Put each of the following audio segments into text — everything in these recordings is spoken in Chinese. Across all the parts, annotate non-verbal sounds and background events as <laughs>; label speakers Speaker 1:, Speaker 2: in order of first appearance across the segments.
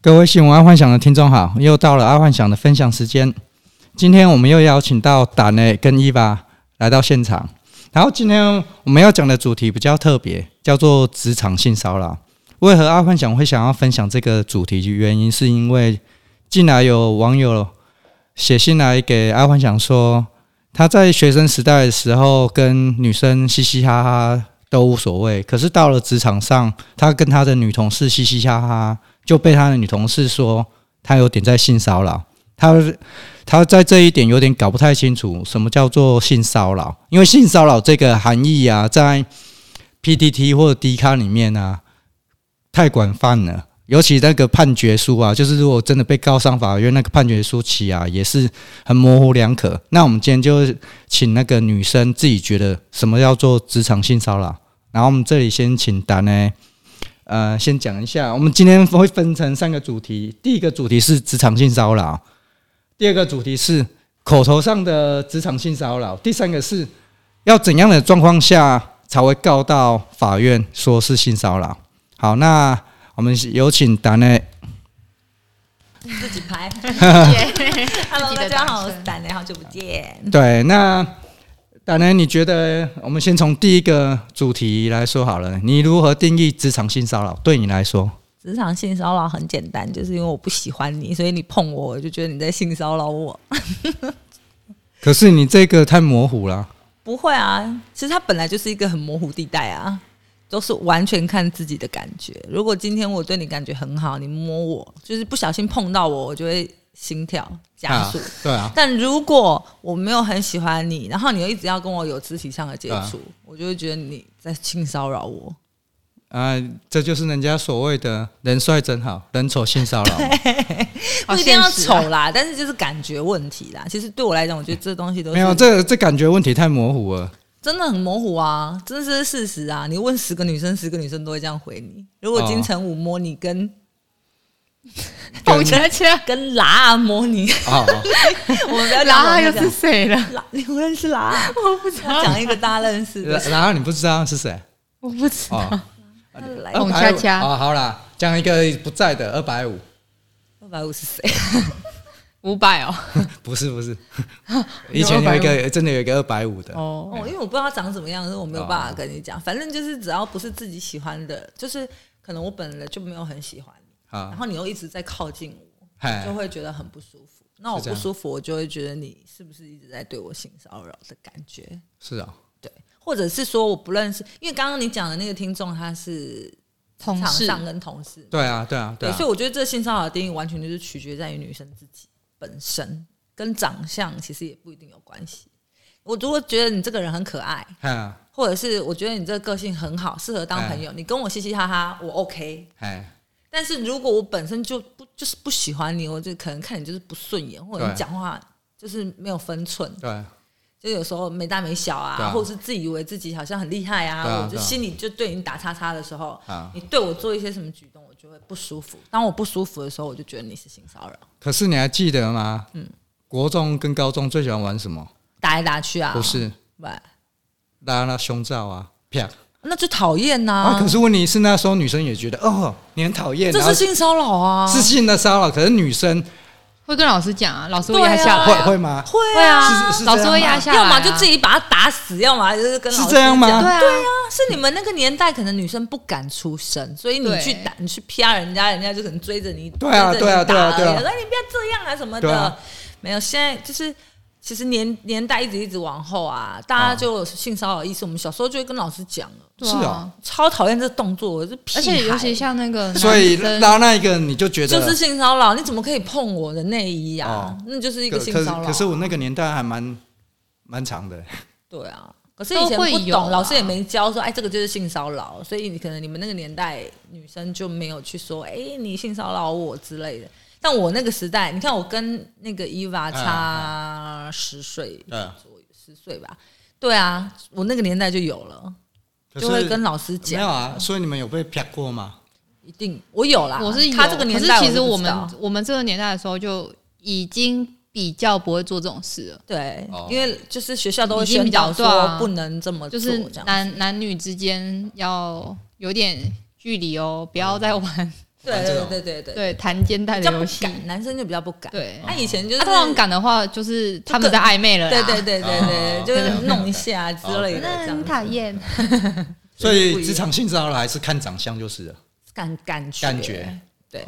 Speaker 1: 各位新闻爱幻想的听众好，又到了爱幻想的分享时间。今天我们又邀请到胆内跟伊娃来到现场，然后今天我们要讲的主题比较特别，叫做职场性骚扰。为何爱幻想会想要分享这个主题？原因是因为近来有网友写信来给爱幻想说，他在学生时代的时候跟女生嘻嘻哈哈都无所谓，可是到了职场上，他跟他的女同事嘻嘻哈哈。就被他的女同事说他有点在性骚扰，他他在这一点有点搞不太清楚什么叫做性骚扰，因为性骚扰这个含义啊，在 PTT 或者 D 卡里面啊太广泛了，尤其那个判决书啊，就是如果真的被告上法院，那个判决书起啊也是很模糊两可。那我们今天就请那个女生自己觉得什么叫做职场性骚扰，然后我们这里先请丹呢。呃，先讲一下，我们今天会分成三个主题。第一个主题是职场性骚扰，第二个主题是口头上的职场性骚扰，第三个是要怎样的状况下才会告到法院说是性骚扰。好，那我们有请达内。
Speaker 2: 自己 <laughs> 拍。
Speaker 3: <laughs> Hello，
Speaker 2: 自己
Speaker 3: 大家
Speaker 2: 的掌
Speaker 3: 好，我
Speaker 2: 声
Speaker 3: 是胆雷，好久不见。
Speaker 1: 对，那达内，你觉得我们先从第一个主题来说好了，你如何定义职场性骚扰？对你来说，
Speaker 3: 职场性骚扰很简单，就是因为我不喜欢你，所以你碰我，我就觉得你在性骚扰我。
Speaker 1: 可是你这个太模糊了。
Speaker 3: 不会啊，其实它本来就是一个很模糊地带啊，都是完全看自己的感觉。如果今天我对你感觉很好，你摸我，就是不小心碰到我，我就会心跳加速。
Speaker 1: 啊对啊，
Speaker 3: 但如果我没有很喜欢你，然后你又一直要跟我有肢体上的接
Speaker 1: 对啊
Speaker 3: 触，我就会觉得你在性骚扰我。
Speaker 1: 啊、这就是人家所谓的“人帅真好，人丑性骚扰
Speaker 3: 不一定要丑啦， <laughs> 但是就是感觉问题啦。其实对我来讲，我觉得这东西”。都是
Speaker 1: 没有，这这感觉问题太模糊了。
Speaker 3: 真的很模糊啊，真的是事实啊。你问十个女生，十个女生都会这样回你。如果金城武摸你跟、
Speaker 2: 蹦车 <laughs> 车，
Speaker 3: 跟拉啊摸 <laughs> 你，
Speaker 1: 哦，
Speaker 3: 我们不要
Speaker 2: 然
Speaker 3: 讲
Speaker 2: 后
Speaker 3: 我
Speaker 2: 又
Speaker 3: 们
Speaker 2: 是
Speaker 3: 讲
Speaker 2: 谁了？
Speaker 3: 拉，你不认识拉啊，
Speaker 2: 我不知
Speaker 3: 要
Speaker 2: 道，
Speaker 3: 讲一个大家认识
Speaker 1: 然
Speaker 3: 的。
Speaker 1: 然后你不知道是谁
Speaker 2: <laughs> 我不知道。
Speaker 1: 哦，
Speaker 3: <laughs> 来，
Speaker 2: 哦
Speaker 1: 250
Speaker 2: 恰恰
Speaker 1: 哦，好啦，讲一个不在的二百五， <laughs>
Speaker 3: 二百五是谁？
Speaker 2: 五百哦，
Speaker 1: 不是不是，以前有一个真的有一个二百五的，
Speaker 2: 哦
Speaker 3: 哦，因为我不知道他长什么样，所以我没有办法跟你讲。反正就是只要不是自己喜欢的，就是可能我本人就没有很喜欢你，然
Speaker 1: 啊，
Speaker 3: 后你又一直在靠近我。
Speaker 1: 嗨
Speaker 3: 就，会觉得很不舒服。那我
Speaker 1: 哎是这
Speaker 3: 不
Speaker 1: 样
Speaker 3: 舒服，我就会觉得你是不是一直在对我性骚扰的感觉？
Speaker 1: 是哦，
Speaker 3: 对，或者是说我不认识，因为刚刚你讲的那个听众他是
Speaker 2: 同
Speaker 3: 厂
Speaker 2: 事
Speaker 3: 商跟同事，
Speaker 1: 对啊，对啊，
Speaker 3: 对，
Speaker 1: 啊
Speaker 3: 所，以我觉得这性骚扰的定义完全就是取决在于女生自己本身，跟长相其实也不一定有关系。我如果觉得你这个人很可爱，
Speaker 1: 嗨
Speaker 3: 或者是我觉得你这个个性很好，适合当
Speaker 1: 哎
Speaker 3: 朋友，你跟我嘻嘻哈哈，我 OK。
Speaker 1: 嗨，
Speaker 3: 但是如果我本身就不就是不喜欢你，我就可能看你就是不顺眼，或者
Speaker 1: 对
Speaker 3: 你讲话就是没有分寸，
Speaker 1: 对啊，
Speaker 3: 就有时候没大没小啊，
Speaker 1: 对啊
Speaker 3: 或者是自以为自己好像很厉害啊，
Speaker 1: 对啊
Speaker 3: 我就
Speaker 1: 对啊
Speaker 3: 心里就对你打叉叉的时候，
Speaker 1: 啊
Speaker 3: 你对我做一些什么举动，我就会不舒服。当我不舒服的时候，我就觉得你是性骚扰，
Speaker 1: 可是你还记得吗？嗯，国中跟高中最喜欢玩什么？
Speaker 3: 打来打去啊，
Speaker 1: 不是
Speaker 3: 喂，
Speaker 1: 拉拉胸罩啊，啪。
Speaker 3: 那就讨厌呐、
Speaker 1: 啊，可是问题是那时候女生也觉得哦，你很讨厌，
Speaker 3: 这
Speaker 1: 然
Speaker 3: 是
Speaker 1: 后
Speaker 3: 性骚扰啊，
Speaker 1: 是性的骚扰。可是女生
Speaker 2: 会跟老师讲啊，老师会
Speaker 3: 对啊
Speaker 2: 压下来
Speaker 1: 会
Speaker 2: 啊，
Speaker 1: 会吗？
Speaker 3: 会
Speaker 2: 会啊
Speaker 1: 是是，这样吗
Speaker 2: 老师会压下来
Speaker 3: 要
Speaker 2: 啊，
Speaker 3: 么就自己把他打死，要么就是跟老
Speaker 1: 是
Speaker 3: 师
Speaker 1: 这样吗
Speaker 3: 讲
Speaker 2: 对啊，
Speaker 3: 是你们那个年代，可能女生不敢出声，所以你
Speaker 2: 对
Speaker 3: 去打，你去啪人家，人家就可能追着你，
Speaker 1: 对啊
Speaker 3: 追着你打
Speaker 1: 对啊对啊对啊
Speaker 3: 而已说哎你不要这样啊什么
Speaker 1: 对
Speaker 3: 的。
Speaker 1: 啊
Speaker 3: 没有，现在就是其实年年代一直一直往后啊，大家就有性骚扰意识，我们小时候就会跟老师讲了，
Speaker 2: 对
Speaker 1: 是
Speaker 2: 啊
Speaker 1: 哦，
Speaker 3: 超讨厌这动作，我是屁孩
Speaker 2: 而且尤其像那个男生，
Speaker 1: 所以拉那一个你就觉得
Speaker 3: 啊就是性骚扰，你怎么可以碰我的内衣啊？
Speaker 1: 哦
Speaker 3: 那就是一
Speaker 1: 可
Speaker 3: 个
Speaker 1: 可
Speaker 3: 性
Speaker 1: 是
Speaker 3: 骚扰啊。
Speaker 1: 可是我那个年代还蛮蛮长的，
Speaker 3: 对啊，可是以前
Speaker 2: 都会
Speaker 3: 不
Speaker 2: 有
Speaker 3: 懂，
Speaker 2: 啊
Speaker 3: 老师也没教说，哎，这个就是性骚扰，所以你可能你们那个年代女生就没有去说，哎，你性骚扰我之类的。但我那个时代，你看我跟那个伊娃差十岁
Speaker 1: 嗯，
Speaker 3: 左右，十岁吧。对啊，我那个年代就有了，
Speaker 1: 可
Speaker 3: 就会
Speaker 1: 是
Speaker 3: 跟老师
Speaker 1: 没
Speaker 3: 讲。
Speaker 1: 有啊，所以你们有被啪过吗？
Speaker 3: 一定我有啦。
Speaker 2: 我是有
Speaker 3: 他这个年代就不知道，
Speaker 2: 可是其实我们我们这个年代的时候就已经比较不会做这种事了。
Speaker 3: 对
Speaker 1: 哦，
Speaker 3: 因为就是学校都会
Speaker 2: 已经
Speaker 3: 宣
Speaker 2: 比较
Speaker 3: 导
Speaker 2: 对
Speaker 3: 说
Speaker 2: 啊
Speaker 3: 不能这么
Speaker 2: 就
Speaker 3: 呃做，
Speaker 2: 是
Speaker 3: 这样 <laughs>
Speaker 2: 男男女之间要有点距离哦，不要再玩
Speaker 3: 对
Speaker 1: 玩这
Speaker 3: 对
Speaker 1: 种
Speaker 3: 对对对，
Speaker 2: 对弹肩带
Speaker 3: 比
Speaker 2: 的
Speaker 3: 较
Speaker 2: 游
Speaker 3: 不
Speaker 2: 戏，
Speaker 3: 敢，男生就比较不敢。
Speaker 2: 对。
Speaker 3: 他以前就是
Speaker 2: 他通常敢的话，就是他们在暧昧了啦。
Speaker 3: 对对对对
Speaker 1: 啊
Speaker 3: 对，哦就是弄一下之类的，
Speaker 2: 那
Speaker 3: 这样
Speaker 2: 很
Speaker 3: 子
Speaker 2: 讨厌。
Speaker 1: 所以职场性骚扰还是看长相就是了。
Speaker 3: 感感觉哦
Speaker 1: 感觉
Speaker 3: 对。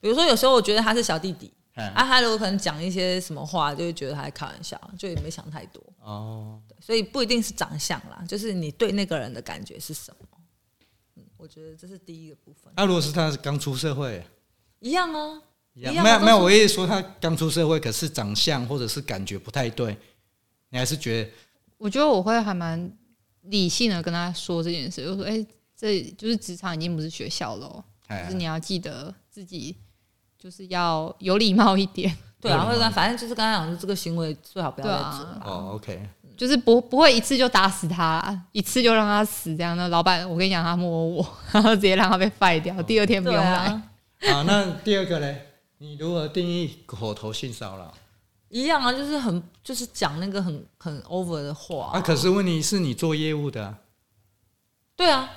Speaker 3: 比如说，有时候我觉得他是小弟弟
Speaker 1: 嗯
Speaker 3: 啊，他如果可能讲一些什么话，就会觉得他在开玩笑，就也没想太多。
Speaker 1: 哦，
Speaker 3: 所以不一定是长相啦，就是你对那个人的感觉是什么。嗯，我觉得这是第一个部分，
Speaker 1: 那、如果是他是刚出社会，
Speaker 3: 一样哦，
Speaker 1: 一样
Speaker 3: 一样
Speaker 1: 没有
Speaker 3: 都是
Speaker 1: 没有，我意思说他刚出社会，可是长相或者是感觉不太对，你还是觉得
Speaker 2: 我觉得我会还蛮理性的跟他说这件事，就说：“哎、这就是职场已经不是学校了哦，就
Speaker 1: 哎
Speaker 2: 是，你要记得自己就是要有礼貌一点， <laughs>
Speaker 3: 对啊，或啊者反正就是刚刚讲的这个行为最好不要再做
Speaker 2: 对
Speaker 3: 啦。
Speaker 1: 哦，OK，
Speaker 2: 就是不不会一次就打死他啦，一次就让他死这样。那老板，我跟你讲，他摸我，然后直接让他被 f 掉，第二天不
Speaker 3: 对
Speaker 2: 用来。
Speaker 3: 啊，
Speaker 1: <laughs> 好，那第二个嘞，你如何定义口头性骚扰？
Speaker 3: 一样啊，就是很就是讲那个很很 over 的话
Speaker 1: 啊，可是问题是你做业务的、啊，
Speaker 3: 对啊，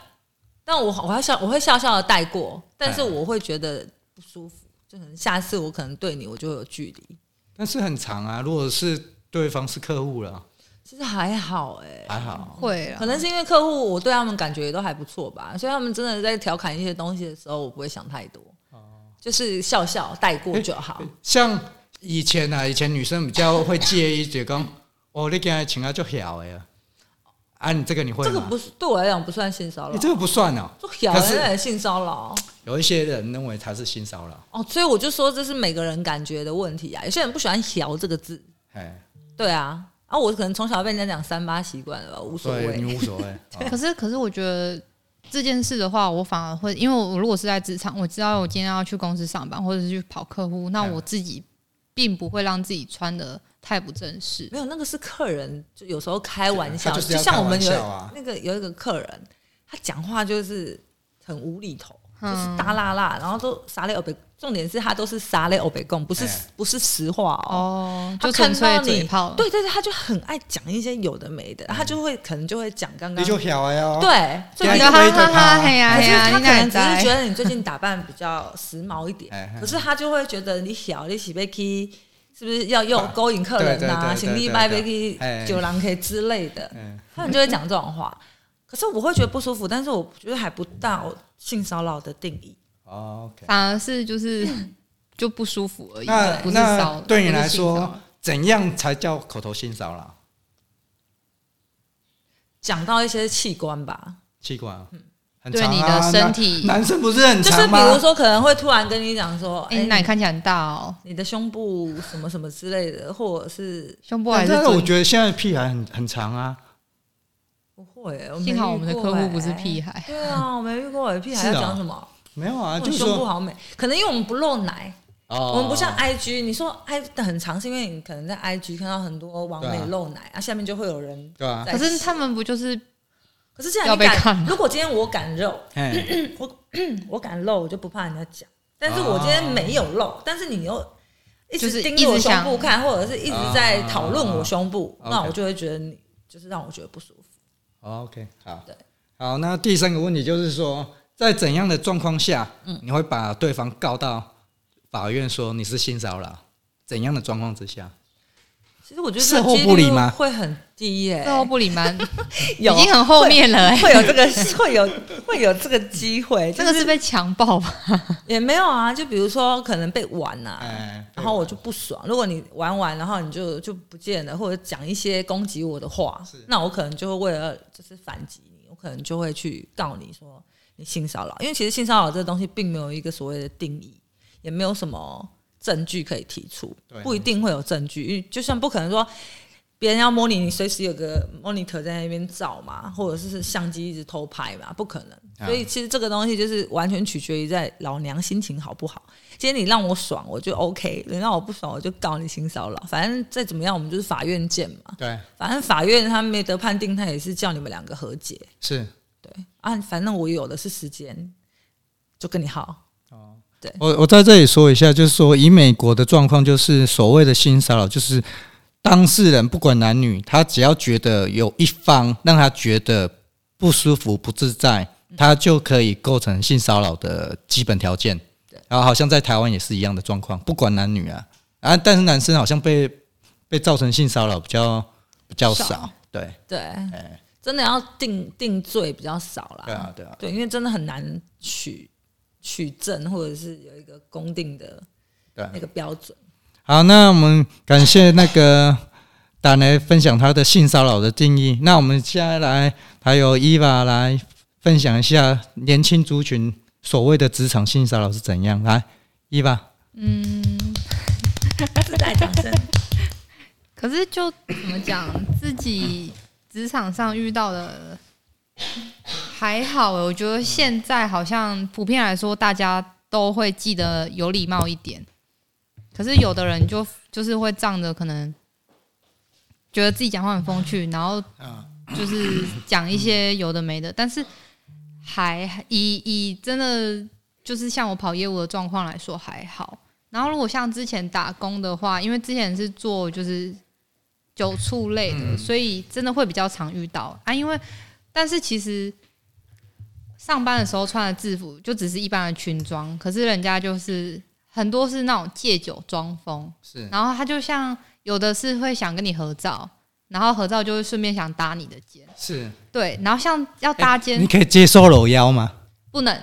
Speaker 3: 但我我还笑，我会笑笑的带过，但是
Speaker 1: 哎
Speaker 3: 我会觉得不舒服，就可能下次我可能对你我就会有距离。
Speaker 1: 但是很长啊。如果是对方是客户了，
Speaker 3: 其实还好哎、
Speaker 1: 还好。
Speaker 2: 会啊啦
Speaker 3: 可能是因为客户我对他们感觉也都还不错吧，所以他们真的在调侃一些东西的时候，我不会想太多，
Speaker 1: 哦
Speaker 3: 就是笑笑带过就
Speaker 1: <laughs>
Speaker 3: 好。
Speaker 1: 像以前啊，以前女生比较会介意，就讲 <laughs> 哦，你今日请他就晓的啊。啊，你这个你会吗？
Speaker 3: 这个不是对我来讲不算性骚扰
Speaker 1: 你，这个不算哦。
Speaker 3: 做小
Speaker 1: 可是
Speaker 3: 人性骚扰
Speaker 1: 有一些人认为他是性骚扰，
Speaker 3: 哦，所以我就说这是每个人感觉的问题啊。有些人不喜欢“小”这个字，
Speaker 1: 哎，
Speaker 3: 对啊，啊，我可能从小被人家讲三八习惯了吧，无所
Speaker 1: 所以
Speaker 3: 谓。
Speaker 1: 你无所
Speaker 3: <laughs>
Speaker 1: 谓。哦
Speaker 2: 可是，可是我觉得这件事的话，我反而会，因为我如果是在职场，我知道我今天要去公司上班，或者是去跑客户，那
Speaker 1: 嗯
Speaker 2: 我自己并不会让自己穿的太不正式。
Speaker 3: 没有，那个是客人，就有时候开玩笑，
Speaker 1: 啊他就是
Speaker 3: 就
Speaker 1: 要
Speaker 3: 像我们有
Speaker 1: 开玩笑啊
Speaker 3: 那个有一个客人，他讲话就是很无厘头，
Speaker 2: 嗯
Speaker 3: 就是大辣辣，然后都撒泪欧北，重点是他都是撒泪欧北贡，不是、
Speaker 1: 哎
Speaker 3: 不是实话哦。
Speaker 2: 哦，
Speaker 3: 他
Speaker 2: 就
Speaker 3: 看
Speaker 2: 纯粹
Speaker 3: 到
Speaker 2: 嘴
Speaker 3: 你
Speaker 2: 炮，，
Speaker 3: 对对对，他就很爱讲一些有的没的，他就会可能就会讲刚
Speaker 1: 你
Speaker 3: 刚
Speaker 1: 就晓的哦。
Speaker 3: 对，所以
Speaker 1: 对
Speaker 2: 你
Speaker 3: 你
Speaker 1: 就
Speaker 2: 就
Speaker 1: 他推
Speaker 3: 就
Speaker 2: 哈
Speaker 1: 着
Speaker 2: 哈
Speaker 1: 他
Speaker 2: 哈，嘿呀
Speaker 3: 可
Speaker 2: 嘿
Speaker 3: 是
Speaker 2: 呀，
Speaker 3: 他
Speaker 2: 你
Speaker 3: 可
Speaker 2: 哪
Speaker 3: 能只是觉
Speaker 2: 在？
Speaker 3: 得你最近打扮比较时髦一点
Speaker 1: <laughs> 哎哎，
Speaker 3: 可是他就会觉得你小你喜被 k 是不是要用勾引客
Speaker 1: 对
Speaker 3: 人
Speaker 1: 对对
Speaker 3: 呐、
Speaker 1: 对
Speaker 3: 啊？行李
Speaker 1: 对
Speaker 3: 拜
Speaker 1: 对
Speaker 3: 被 k
Speaker 1: 哎
Speaker 3: 九郎 K 之类的，
Speaker 1: 嗯，
Speaker 3: <laughs> 他们就会讲这种话。可是我会觉得不舒服，但是我觉得还不到性骚扰的定义。
Speaker 1: 哦，OK。
Speaker 2: 反而
Speaker 3: <laughs>
Speaker 2: 是就是就不舒服而已
Speaker 1: 那，
Speaker 2: 不是骚
Speaker 1: 那
Speaker 2: 扰。
Speaker 1: 对你
Speaker 2: 不是
Speaker 1: 来
Speaker 2: 性骚
Speaker 1: 说
Speaker 2: 扰，
Speaker 1: 怎样才叫口头性骚扰？
Speaker 3: 讲到一些器官吧，
Speaker 1: 器官啊，
Speaker 3: 嗯
Speaker 1: 很
Speaker 2: 对
Speaker 1: 长
Speaker 2: 你
Speaker 1: 啊
Speaker 2: 的
Speaker 1: 那
Speaker 2: 身体
Speaker 1: 男生不是很
Speaker 3: 就是
Speaker 1: 长
Speaker 3: 比
Speaker 1: 吗？
Speaker 3: 如说可能会突然跟你讲说，
Speaker 2: 哎，
Speaker 3: 哎、
Speaker 2: 你奶看起来很大哦，
Speaker 3: 你的胸部什么什么之类的，或者是
Speaker 2: 胸部还是
Speaker 1: 但是
Speaker 2: 臀
Speaker 1: 我觉得现在屁孩很很长啊，
Speaker 3: 不会，没
Speaker 2: 幸好我们的
Speaker 3: 遇
Speaker 2: 客
Speaker 3: 过
Speaker 2: 户不是
Speaker 3: 哎
Speaker 2: 屁孩，
Speaker 3: 对啊，我没遇过屁
Speaker 1: 是
Speaker 3: 孩
Speaker 1: 啊
Speaker 3: 要讲什么？
Speaker 1: 没有啊，
Speaker 3: 我
Speaker 1: 就是
Speaker 3: 哦胸部
Speaker 1: 说，
Speaker 3: 好美，可能因为我们不露奶，
Speaker 1: 哦
Speaker 3: 我们不像 IG，你说 I 很长，是因为你可能在 IG 看到很多网
Speaker 1: 对
Speaker 3: 美
Speaker 1: 啊
Speaker 3: 露奶啊下面就会有人。
Speaker 1: 对啊，
Speaker 3: 在
Speaker 2: 可是他们不就是
Speaker 3: 可是既然
Speaker 2: 要
Speaker 3: 你
Speaker 2: 被看啊
Speaker 3: 敢，
Speaker 2: 吗
Speaker 3: 如果今天我敢露，
Speaker 1: 哎，
Speaker 3: <clears throat> 我敢露，我就不怕人家讲。但是
Speaker 1: 哦
Speaker 3: 我今天没有
Speaker 1: 嗯
Speaker 3: 露，但是你又一
Speaker 2: 就
Speaker 3: 直
Speaker 2: 是
Speaker 3: 盯
Speaker 2: 一
Speaker 3: 着我
Speaker 2: 直
Speaker 3: 胸
Speaker 2: 想
Speaker 3: 部看，或者是一直在
Speaker 1: 啊
Speaker 3: 讨论我胸部，
Speaker 1: OK
Speaker 3: 那我就会觉得你就是让我觉得不舒服。
Speaker 1: 哦 OK，好
Speaker 3: 对，
Speaker 1: 好，那第三个问题就是说，在怎样的状况下，
Speaker 3: 嗯
Speaker 1: 你会把对方告到法院说你是性骚扰？怎样的状况之下？
Speaker 3: 其实我觉得
Speaker 1: 事
Speaker 3: 这个
Speaker 1: 后
Speaker 3: 几
Speaker 1: 不理
Speaker 3: 率
Speaker 1: 吗
Speaker 3: 会很低耶、
Speaker 2: 事后不理吗？已
Speaker 3: 有
Speaker 2: 经很后面了哎，
Speaker 3: 会有这个 <laughs> 会有会有这个机会，
Speaker 2: 这
Speaker 3: 这
Speaker 2: 个是被强暴吧？
Speaker 3: 也没有啊，就比如说可能被玩呐、
Speaker 1: 哎，
Speaker 3: 啊然后我就不爽。如果你玩完，然后你就就不见了，或者讲一些攻击我的话
Speaker 1: 是，
Speaker 3: 那我可能就会为了就是反击你，我可能就会去告你说你性骚扰，因为其实性骚扰这个东西并没有一个所谓的定义，也没有什么证据可以提出
Speaker 1: 对，
Speaker 3: 不一定会有证据，因为就算不可能说。别人要摸你，你随时有个 monitor 在那边照嘛，或者是相机一直偷拍嘛，不可能。
Speaker 1: 啊
Speaker 3: 所以其实这个东西就是完全取决于在老娘心情好不好。今天你让我爽，我就 OK；你让我不爽，我就告你性骚扰。反正再怎么样，我们就是法院见嘛。
Speaker 1: 对，
Speaker 3: 反正法院他没得判定，他也是叫你们两个和解。
Speaker 1: 是
Speaker 3: 对啊，反正我有的是时间，就跟你耗。
Speaker 1: 我我在这里说一下，就是说以美国的状况，就是所谓的性骚扰，就是当事人不管男女，他只要觉得有一方让他觉得不舒服、不自在，他就可以构成性骚扰的基本条件。然后好像在台湾也是一样的状况，不管男女啊，啊，但是男生好像被被造成性骚扰比较比较少，
Speaker 2: 少
Speaker 1: 对，
Speaker 3: 对，
Speaker 1: 哎
Speaker 3: 真的要定定罪比较少啦。
Speaker 1: 对啊，对啊，
Speaker 3: 对，因为真的很难取取证，或者是有一个公定的
Speaker 1: 对啊
Speaker 3: 那个标准。
Speaker 1: 好，那我们感谢那个达来分享他的性骚扰的定义。那我们接下来还有伊娃来分享一下年轻族群所谓的职场性骚扰是怎样。来，伊娃，
Speaker 3: 自带掌声。
Speaker 2: 可是就怎么讲，自己职场上遇到的还好欸，我觉得现在好像普遍来说，大家都会记得有礼貌一点。可是有的人就就是会仗着可能觉得自己讲话很风趣，然后就是讲一些有的没的，但是还以以真的就是像我跑业务的状况来说还好。然后如果像之前打工的话，因为之前是做就是酒醋类的，所以真的会比较常遇到啊。因为但是其实上班的时候穿的制服就只是一般的裙装，可是人家就是很多是那种借酒装疯，
Speaker 1: 是
Speaker 2: 然后他就像有的是会想跟你合照，然后合照就会顺便想搭你的肩，
Speaker 1: 是，
Speaker 2: 对，然后像要搭肩、
Speaker 1: 你可以接受搂腰吗？
Speaker 2: 不能。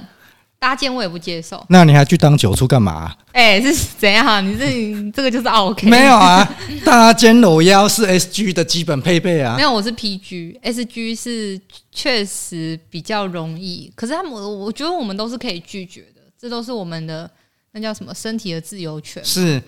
Speaker 2: 搭肩我也不接受，
Speaker 1: 那你还去当酒醋干嘛啊、
Speaker 2: <laughs> 哎、是怎样啊？你这你这个就是 OK，
Speaker 1: 没有啊，搭肩搂腰是 S G 的基本配备啊
Speaker 2: 没。有，我是 PG，SG 是确实比较容易，可是他们，我我觉得我们都是可以拒绝的，这都是我们的那叫什么身体的自由权，
Speaker 1: 是，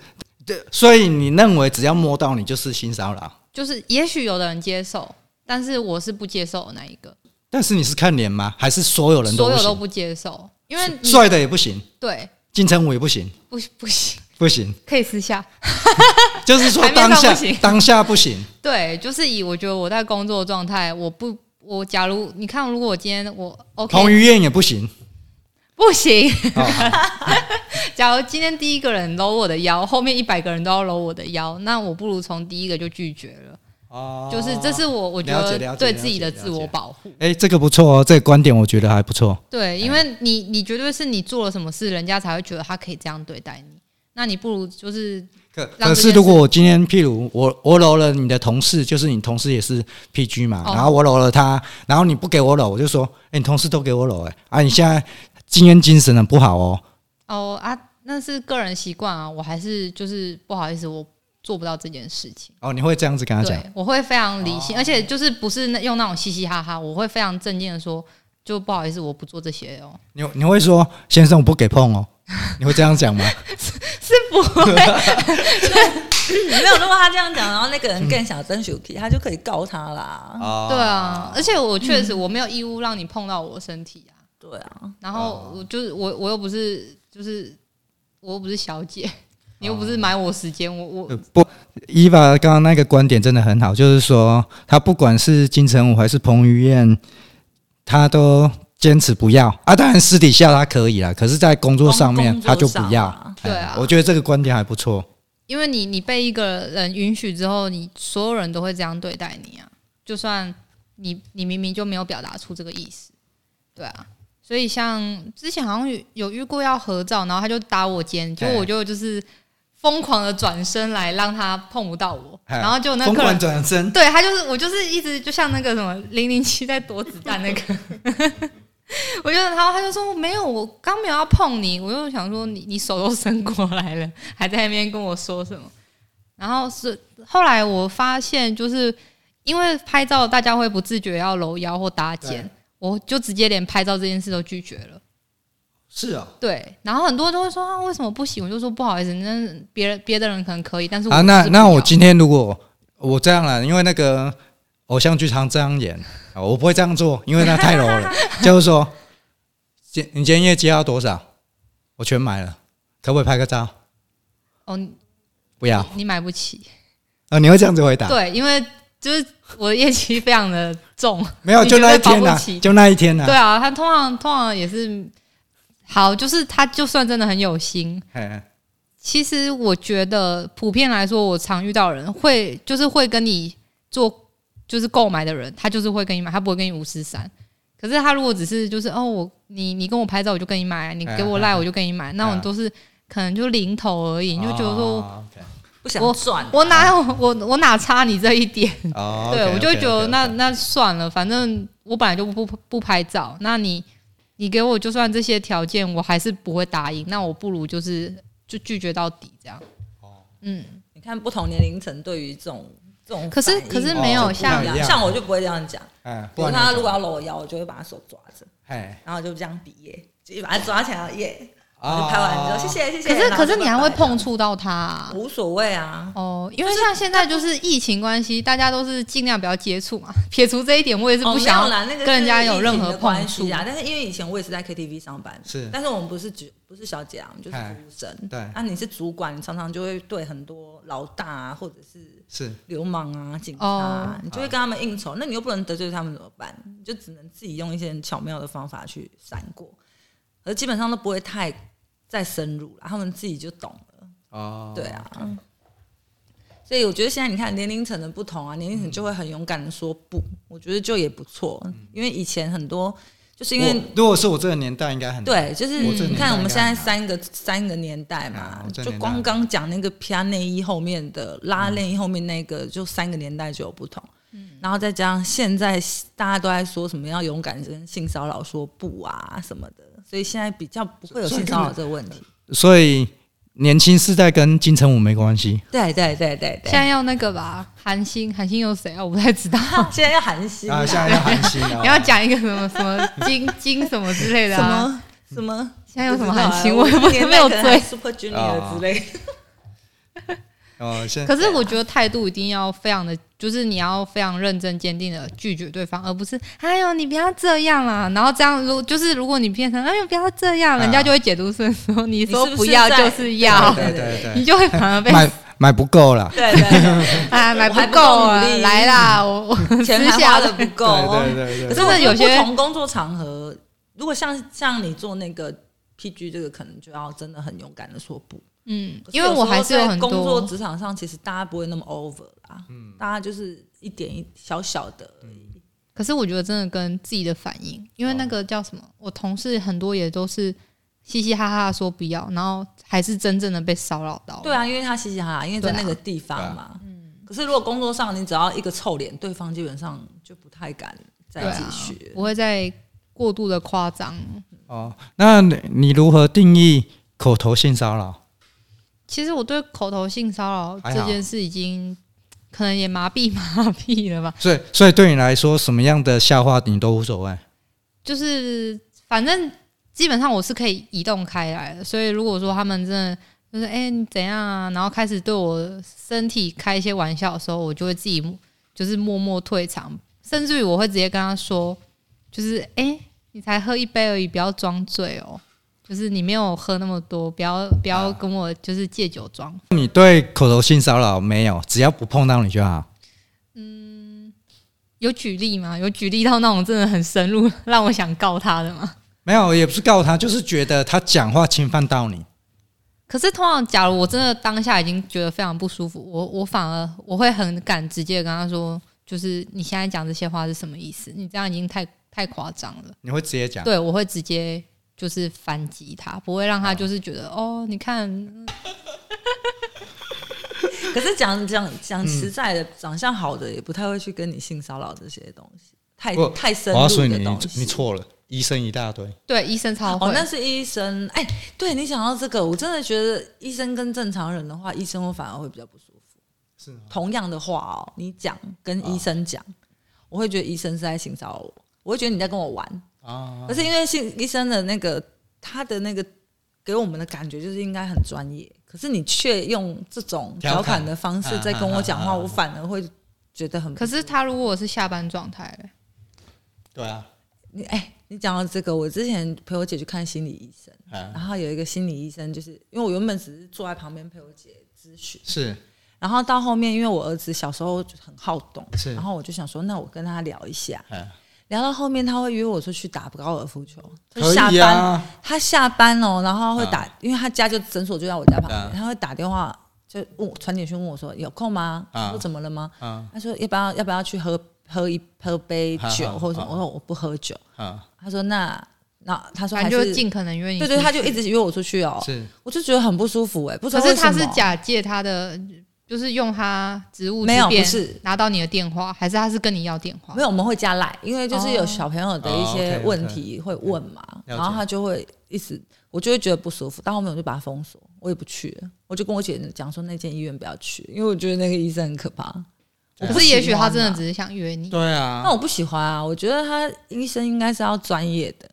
Speaker 1: 对，所以你认为只要摸到你就是性骚扰？
Speaker 2: 就是也许有的人接受，但是我是不接受的那一个，
Speaker 1: 但是你是看脸吗？还是所有人都
Speaker 2: 所
Speaker 1: 不
Speaker 2: 有都
Speaker 1: 行？
Speaker 2: 不接受，因为你
Speaker 1: 帅的也不行，
Speaker 2: 对
Speaker 1: 金城武也不行，
Speaker 2: 不不行，
Speaker 1: 不行。
Speaker 2: 可以私下
Speaker 1: 就是说
Speaker 2: 台
Speaker 1: 当
Speaker 2: 面上
Speaker 1: 下
Speaker 2: 不行
Speaker 1: 当下不行，
Speaker 2: 对，就是以我觉得我在工作状态，我不我假如你看，如果我今天我 <laughs> OK
Speaker 1: 彭于晏也不行。
Speaker 2: 不行，
Speaker 1: 哦，好
Speaker 2: <laughs> 假如今天第一个人搂我的腰，后面一百个人都要搂我的腰，那我不如从第一个就拒绝了。
Speaker 1: 哦
Speaker 2: 就是这是我我觉
Speaker 1: 了解了
Speaker 2: 得
Speaker 1: 解
Speaker 2: 对
Speaker 1: 了
Speaker 2: 自己
Speaker 1: 解
Speaker 2: 的
Speaker 1: 了
Speaker 2: 自我
Speaker 1: 解
Speaker 2: 保护。
Speaker 1: 哎、这个不错哦，这个观点我觉得还不错。
Speaker 2: 对，因为你你绝对是你做了什么事，人家才会觉得他可以这样对待你。那你不如就是
Speaker 1: 可
Speaker 2: 让
Speaker 1: 可
Speaker 2: 这
Speaker 1: 是
Speaker 2: 件
Speaker 1: 如果我今天譬如我我揉了你的同事，就是你同事也是 PG 嘛，
Speaker 2: 哦
Speaker 1: 然后我揉了他，然后你不给我揉，我就说，哎、你同事都给我揉、哎啊，你现在今天精神很不好哦。
Speaker 2: 哦啊，那是个人习惯啊，我还是就是不好意思，我做不到这件事情。
Speaker 1: 哦，你会这样子跟他讲？
Speaker 2: 对，我会非常
Speaker 1: 哦
Speaker 2: 理性，而且就是不是那用那种嘻嘻哈哈，我会非常正经的说，就不好意思，我不做这些哦。
Speaker 1: 你你会说，先生我不给碰哦，你会这样讲吗？
Speaker 3: 没有，如果他这样讲，然后那个人更想争取 k 他就可以告他啦。
Speaker 1: 哦
Speaker 2: <laughs> 对啊，而且我确实我没有义务让你碰到我身体啊。
Speaker 3: 对啊，
Speaker 2: 然后我就是我，我又不是就是我又不是小姐，你又不是买我时间，我我
Speaker 1: 呃不，伊娃刚刚那个观点真的很好，就是说他不管是金城武还是彭于晏，他都坚持不要啊。当然私底下他可以啦，可是，在工作上面
Speaker 3: 工
Speaker 1: 他就
Speaker 3: 作
Speaker 1: 不
Speaker 3: 上
Speaker 1: 要
Speaker 3: 啊。
Speaker 1: 哎
Speaker 2: 对啊
Speaker 1: 我觉得这个观点还不错。
Speaker 2: 因为你你被一个人允许之后，你所有人都会这样对待你啊，就算你你明明就没有表达出这个意思，对啊。所以像之前好像有有遇过要合照，然后他就打我肩，结果
Speaker 1: 对
Speaker 2: 我就就是疯狂的转身来让他碰不到我，
Speaker 1: 哎
Speaker 2: 然后就那
Speaker 1: 疯
Speaker 2: 个人
Speaker 1: 狂转身，
Speaker 2: 对他就是我就是一直就像那个什么零零七在躲子弹那个， <laughs> 我就然后他就说没有，我刚没有要碰你，我就想说你你手都伸过来了， <laughs> 还在那边跟我说什么，然后是后来我发现就是因为拍照大家会不自觉要搂腰或搭肩
Speaker 1: 对，
Speaker 2: 我就直接连拍照这件事都拒绝了。
Speaker 1: 是哦。
Speaker 2: 对，然后很多人都会说啊，为什么不行？我就说不好意思，那别人别的人可能可以，但是我
Speaker 1: 啊，那
Speaker 2: 就是不
Speaker 1: 那我
Speaker 2: 要
Speaker 1: 今天如果我这样了，因为那个偶像剧常这样演啊，我不会这样做，因为那太 low
Speaker 2: <laughs>
Speaker 1: 了。就是说，今你今天业绩要多少？我全买了，可不可以拍个照？
Speaker 2: 哦，你
Speaker 1: 不要。
Speaker 2: 你买不起。
Speaker 1: 啊，你会这样子回答？
Speaker 2: 对，因为就是我的业绩非常的重，
Speaker 1: 没有，
Speaker 2: 你
Speaker 1: 就那一
Speaker 2: 绝对
Speaker 1: 天
Speaker 2: 保
Speaker 1: 呐、
Speaker 2: 不起
Speaker 1: 就那一天呐、
Speaker 2: <laughs> 对啊，他通常通常也是好，就是他就算真的很有心，
Speaker 1: 嘿
Speaker 2: 其实我觉得普遍来说，我常遇到的人会就是会跟你做就是购买的人，他就是会跟你买，他不会跟你五十三。可是他如果只是就是哦，我你你跟我拍照我就跟你买，你给我
Speaker 1: 嗯
Speaker 2: 赖
Speaker 1: 嗯
Speaker 2: 我就跟你买，那种都是可能就零头而已，你就觉得说
Speaker 1: 哦
Speaker 3: 不想
Speaker 2: 我
Speaker 3: 赚，
Speaker 2: 我哪有我我哪差你这一点？
Speaker 1: ，OK，哦
Speaker 2: 对
Speaker 1: OK，
Speaker 2: 我就会
Speaker 1: OK，OK，
Speaker 2: 觉得
Speaker 1: OK，
Speaker 2: 那那算了，反正我本来就不不不拍照，那你你给我就算这些条件，我还是不会答应，那我不如就是就拒绝到底这样。嗯，
Speaker 3: 你看不同年龄层对于这种这种反应，
Speaker 2: 可是可是没
Speaker 1: 哦就
Speaker 2: 有、
Speaker 1: 不
Speaker 2: 像
Speaker 1: 一样
Speaker 3: 像我就不会这样讲。
Speaker 1: 嗯，不
Speaker 3: 比如
Speaker 1: 然
Speaker 3: 他
Speaker 1: 你
Speaker 3: 如果要搂我腰，我就会把他手抓着，
Speaker 1: 哎，
Speaker 3: 然后就这样比耶，就把他抓起来耶。然
Speaker 1: 哦
Speaker 3: 后就拍完之后，谢。谢谢谢。
Speaker 2: 可是
Speaker 3: 然后
Speaker 2: 可
Speaker 3: 就是
Speaker 2: 你还
Speaker 3: 拜
Speaker 2: 会
Speaker 3: 拜
Speaker 2: 碰，触到他啊、
Speaker 3: 无所谓啊。
Speaker 2: 哦，因为像现在就是疫情关系，大家都是尽量不要接触嘛。 <laughs> 撇除这一点，我也是
Speaker 3: 哦
Speaker 2: 不
Speaker 3: 没有
Speaker 2: 想要
Speaker 3: 啦那个
Speaker 2: 跟人家有
Speaker 3: 是
Speaker 2: 任
Speaker 3: 疫情
Speaker 2: 何
Speaker 3: 的
Speaker 2: 碰
Speaker 3: 关
Speaker 2: 触
Speaker 3: 系啊。但是因为以前我也是在 KTV 上班，
Speaker 1: 是
Speaker 3: 但是我们不是只不是小姐啊，我们就是
Speaker 1: 哎
Speaker 3: 服务生。
Speaker 1: 对
Speaker 3: 啊，你是主管，你常常就会对很多老大啊，或者是
Speaker 1: 是
Speaker 3: 流氓啊、警察、
Speaker 2: 哦
Speaker 3: 啊，你就会跟他们应酬，那你又不能得罪他们怎么办？你就只能自己用一些很巧妙的方法去闪过，而基本上都不会太再深入了，他们自己就懂了。
Speaker 1: 哦，
Speaker 3: 对，啊，所以我觉得现在你看年龄层的不同啊，年龄层就会很勇敢的说不，我觉得就也不错，因为以前很多就是因为
Speaker 1: 嗯我。如果是我这个年代，应该很
Speaker 3: 对，就是
Speaker 1: 我这
Speaker 3: 你
Speaker 1: 年代
Speaker 3: 看我们现在
Speaker 1: 应该
Speaker 3: 三个三个年代嘛
Speaker 1: 啊我，这
Speaker 3: 就
Speaker 1: 年代
Speaker 3: 光刚讲那个皮亚内衣后面的拉链衣后面那个，就三个年代就有不同。
Speaker 1: 嗯
Speaker 3: 然后再加上现在大家都在说什么要勇敢跟性骚扰说不啊什么的，所以现在比较不会有
Speaker 1: 所以
Speaker 3: 性
Speaker 1: 根
Speaker 3: 骚扰
Speaker 1: 本
Speaker 3: 这个问题。
Speaker 1: 所以年轻世代跟金城武没关系。
Speaker 3: 对对对对对，
Speaker 2: 现在要那个吧，韩星，韩星有谁啊？我不太知道。
Speaker 3: 现在要寒心
Speaker 1: 啊，现在要寒心啊！
Speaker 2: <laughs> 你要讲一个什么什么金金什么之类的
Speaker 3: 什
Speaker 2: 啊？
Speaker 3: 么什么？
Speaker 2: 现在有什么韩星？
Speaker 3: 不
Speaker 2: 我
Speaker 3: 知
Speaker 2: 也
Speaker 3: 道啊
Speaker 2: 不是没有
Speaker 3: 我们年代可能还
Speaker 2: 追
Speaker 3: 有。Super Junior 之类的。
Speaker 1: 哦，现
Speaker 2: 可是我觉得态度一定要非常的，就是你要非常认真坚定的拒绝对方，而不是哎呦你不要这样啦。然后这样如就是如果你变成哎呦不要这样，
Speaker 1: 啊
Speaker 2: 人家就会解读成说
Speaker 3: 你
Speaker 2: 你说
Speaker 3: 是不
Speaker 2: 不
Speaker 3: 是
Speaker 2: 要
Speaker 3: 在
Speaker 2: 就是要，
Speaker 1: 对对对
Speaker 2: 你就会反而被
Speaker 1: 买买不够啦。
Speaker 3: 对对
Speaker 2: 哎买
Speaker 3: 我还不
Speaker 2: 够
Speaker 3: 够
Speaker 2: 啊
Speaker 3: 努，力
Speaker 2: 来啦，我我
Speaker 3: 对， <laughs> 钱还
Speaker 2: 私
Speaker 3: 花
Speaker 2: 下
Speaker 3: 的不够。哦
Speaker 1: 对对对对，
Speaker 3: 可是我觉得
Speaker 2: 有些
Speaker 3: 不同工作场合，如果像像你做那个 PG 这个，可能就要真的很勇敢的说不。<laughs>
Speaker 2: 嗯，
Speaker 3: 可
Speaker 2: 因为我还是有
Speaker 3: 时候
Speaker 2: 很
Speaker 3: 在工作
Speaker 2: 多
Speaker 3: 职场上，其实大家不会那么 over 啦，大家就是一点一小小的而已。
Speaker 2: 可是我觉得真的跟自己的反应，因为那
Speaker 3: 嗯
Speaker 2: 个叫什么，我同事很多也都是嘻嘻哈哈地说不要，然后还是真正的被骚扰到。
Speaker 3: 对，啊，因为他嘻嘻哈哈，因为在
Speaker 2: 对啊
Speaker 3: 那个地方嘛。
Speaker 2: 嗯
Speaker 3: 可是如果工作上你只要一个臭脸，对方基本上就不太敢再
Speaker 2: 对啊
Speaker 3: 继续。
Speaker 2: 不会再过度的夸张。
Speaker 1: 哦，那你你如何定义口头性骚扰？
Speaker 2: 其实我对口头性骚扰
Speaker 1: 还好
Speaker 2: 这件事已经可能也麻痹 <laughs> 麻痹了吧，
Speaker 1: 所以所以对你来说，什么样的笑话你都无所谓。
Speaker 2: 就是反正基本上我是可以移动开来的，所以如果说他们真的。就是哎、你怎样啊？然后开始对我身体开一些玩笑的时候，我就会自己就是默默退场，甚至于我会直接跟他说，就是哎、你才喝一杯而已，不要装醉哦，就是你没有喝那么多，不要不要
Speaker 1: 啊
Speaker 2: 跟我就是借酒装
Speaker 1: 你对口头性骚扰没有？只要不碰到你就好。
Speaker 2: 有举例吗？有举例到那种真的很深入，让我想告他的吗？
Speaker 1: 没有，也不是告他，就是觉得他讲话侵犯到你。
Speaker 2: 可是通常，假如我真的当下已经觉得非常不舒服，我我反而我会很敢直接地跟他说，就是你现在讲这些话是什么意思？你这样已经太太夸张了。
Speaker 1: 你会直接
Speaker 3: 啊
Speaker 1: 讲，
Speaker 2: 对，我会直接就是反击他，不会
Speaker 3: 啊
Speaker 2: 让他就是觉得哦，你看，
Speaker 3: 可是讲讲
Speaker 1: 嗯
Speaker 3: 讲实在的，长相好的也不太会去跟你性骚扰这些东西，太
Speaker 1: 不
Speaker 3: 太深
Speaker 1: 我告诉
Speaker 3: 入
Speaker 1: 你，
Speaker 3: 的
Speaker 1: 你
Speaker 3: 东西。
Speaker 1: 你错了，医生一大堆。
Speaker 2: 对医生超会，
Speaker 3: 哦，那是医生。哎、对你讲到这个，我真的觉得医生跟正常人的话，医生我反而会比较不舒服。
Speaker 1: 是吗
Speaker 3: 同样的话哦，你讲跟医生讲，我会觉得医生是在性骚扰我，我会觉得你在跟我玩。
Speaker 1: 啊，
Speaker 3: 可是因为性医生的那个他的那个给我们的感觉就是应该很专业，可是你却用这种
Speaker 1: 调
Speaker 3: 调
Speaker 1: 侃
Speaker 3: 侃的方式在跟我讲
Speaker 1: 啊啊
Speaker 3: 话，
Speaker 1: 啊啊啊
Speaker 3: 我反而会觉得很不
Speaker 2: 可是他如果是下班状态嘞，
Speaker 1: 对啊，
Speaker 3: 你哎、你讲到这个，我之前陪我姐去看心理医生，
Speaker 1: 啊
Speaker 3: 然后有一个心理医生，就是因为我原本只是坐在旁边陪我姐咨询，
Speaker 1: 是
Speaker 3: 然后到后面因为我儿子小时候就很好动，
Speaker 1: 是
Speaker 3: 然后我就想说，那我跟他聊一下，
Speaker 1: 嗯
Speaker 3: 聊到后面他会约我出去打高尔夫球，他
Speaker 1: 可
Speaker 3: 下
Speaker 1: 以
Speaker 3: 班、
Speaker 1: 啊，
Speaker 3: 他下班哦，然后会打，因为他家就诊所就在我家旁边，
Speaker 1: 嗯
Speaker 3: 他会打电话就问我传简讯问我说有空吗？
Speaker 1: 嗯
Speaker 3: 我说怎么了吗？
Speaker 1: 啊
Speaker 3: 他说要不要要不要去喝喝一喝杯酒
Speaker 1: 嗯
Speaker 3: 或者什么，
Speaker 1: 嗯
Speaker 3: 我说我不喝酒。
Speaker 1: 嗯，
Speaker 3: 他说那那他说
Speaker 2: 反
Speaker 3: 还
Speaker 2: 正就是尽可能约你。
Speaker 3: 对对，他就一。直约我出去哦，
Speaker 1: 是
Speaker 3: 我就觉得很不舒服哎、不知
Speaker 2: 可
Speaker 3: 道
Speaker 2: 是
Speaker 3: 为什
Speaker 2: 他
Speaker 3: 么
Speaker 2: 是假借他的，就是用他职务之
Speaker 3: 没有
Speaker 2: 便
Speaker 3: 不是
Speaker 2: 拿到你的电话，还是他是跟你要电话
Speaker 3: 没？有，我们会加赖，因为就是有
Speaker 2: 哦
Speaker 3: 小朋友的
Speaker 1: 哦
Speaker 3: 一些
Speaker 1: ，OK，OK，
Speaker 3: 问题会问嘛，
Speaker 1: 了解
Speaker 3: 然后他就会一直，我就会觉得不舒服，到后面我就把他封锁，我也不去了，我就跟我姐讲说那间医院不要去，因为我觉得那个医生很可怕。我
Speaker 2: 可
Speaker 3: 不
Speaker 2: 是
Speaker 3: 喜
Speaker 2: 也许他
Speaker 3: 欢
Speaker 2: 真的
Speaker 3: 啊
Speaker 2: 只是想约你。
Speaker 1: 对啊
Speaker 3: 那，我不喜欢啊，我觉得他医生应该是要专业的，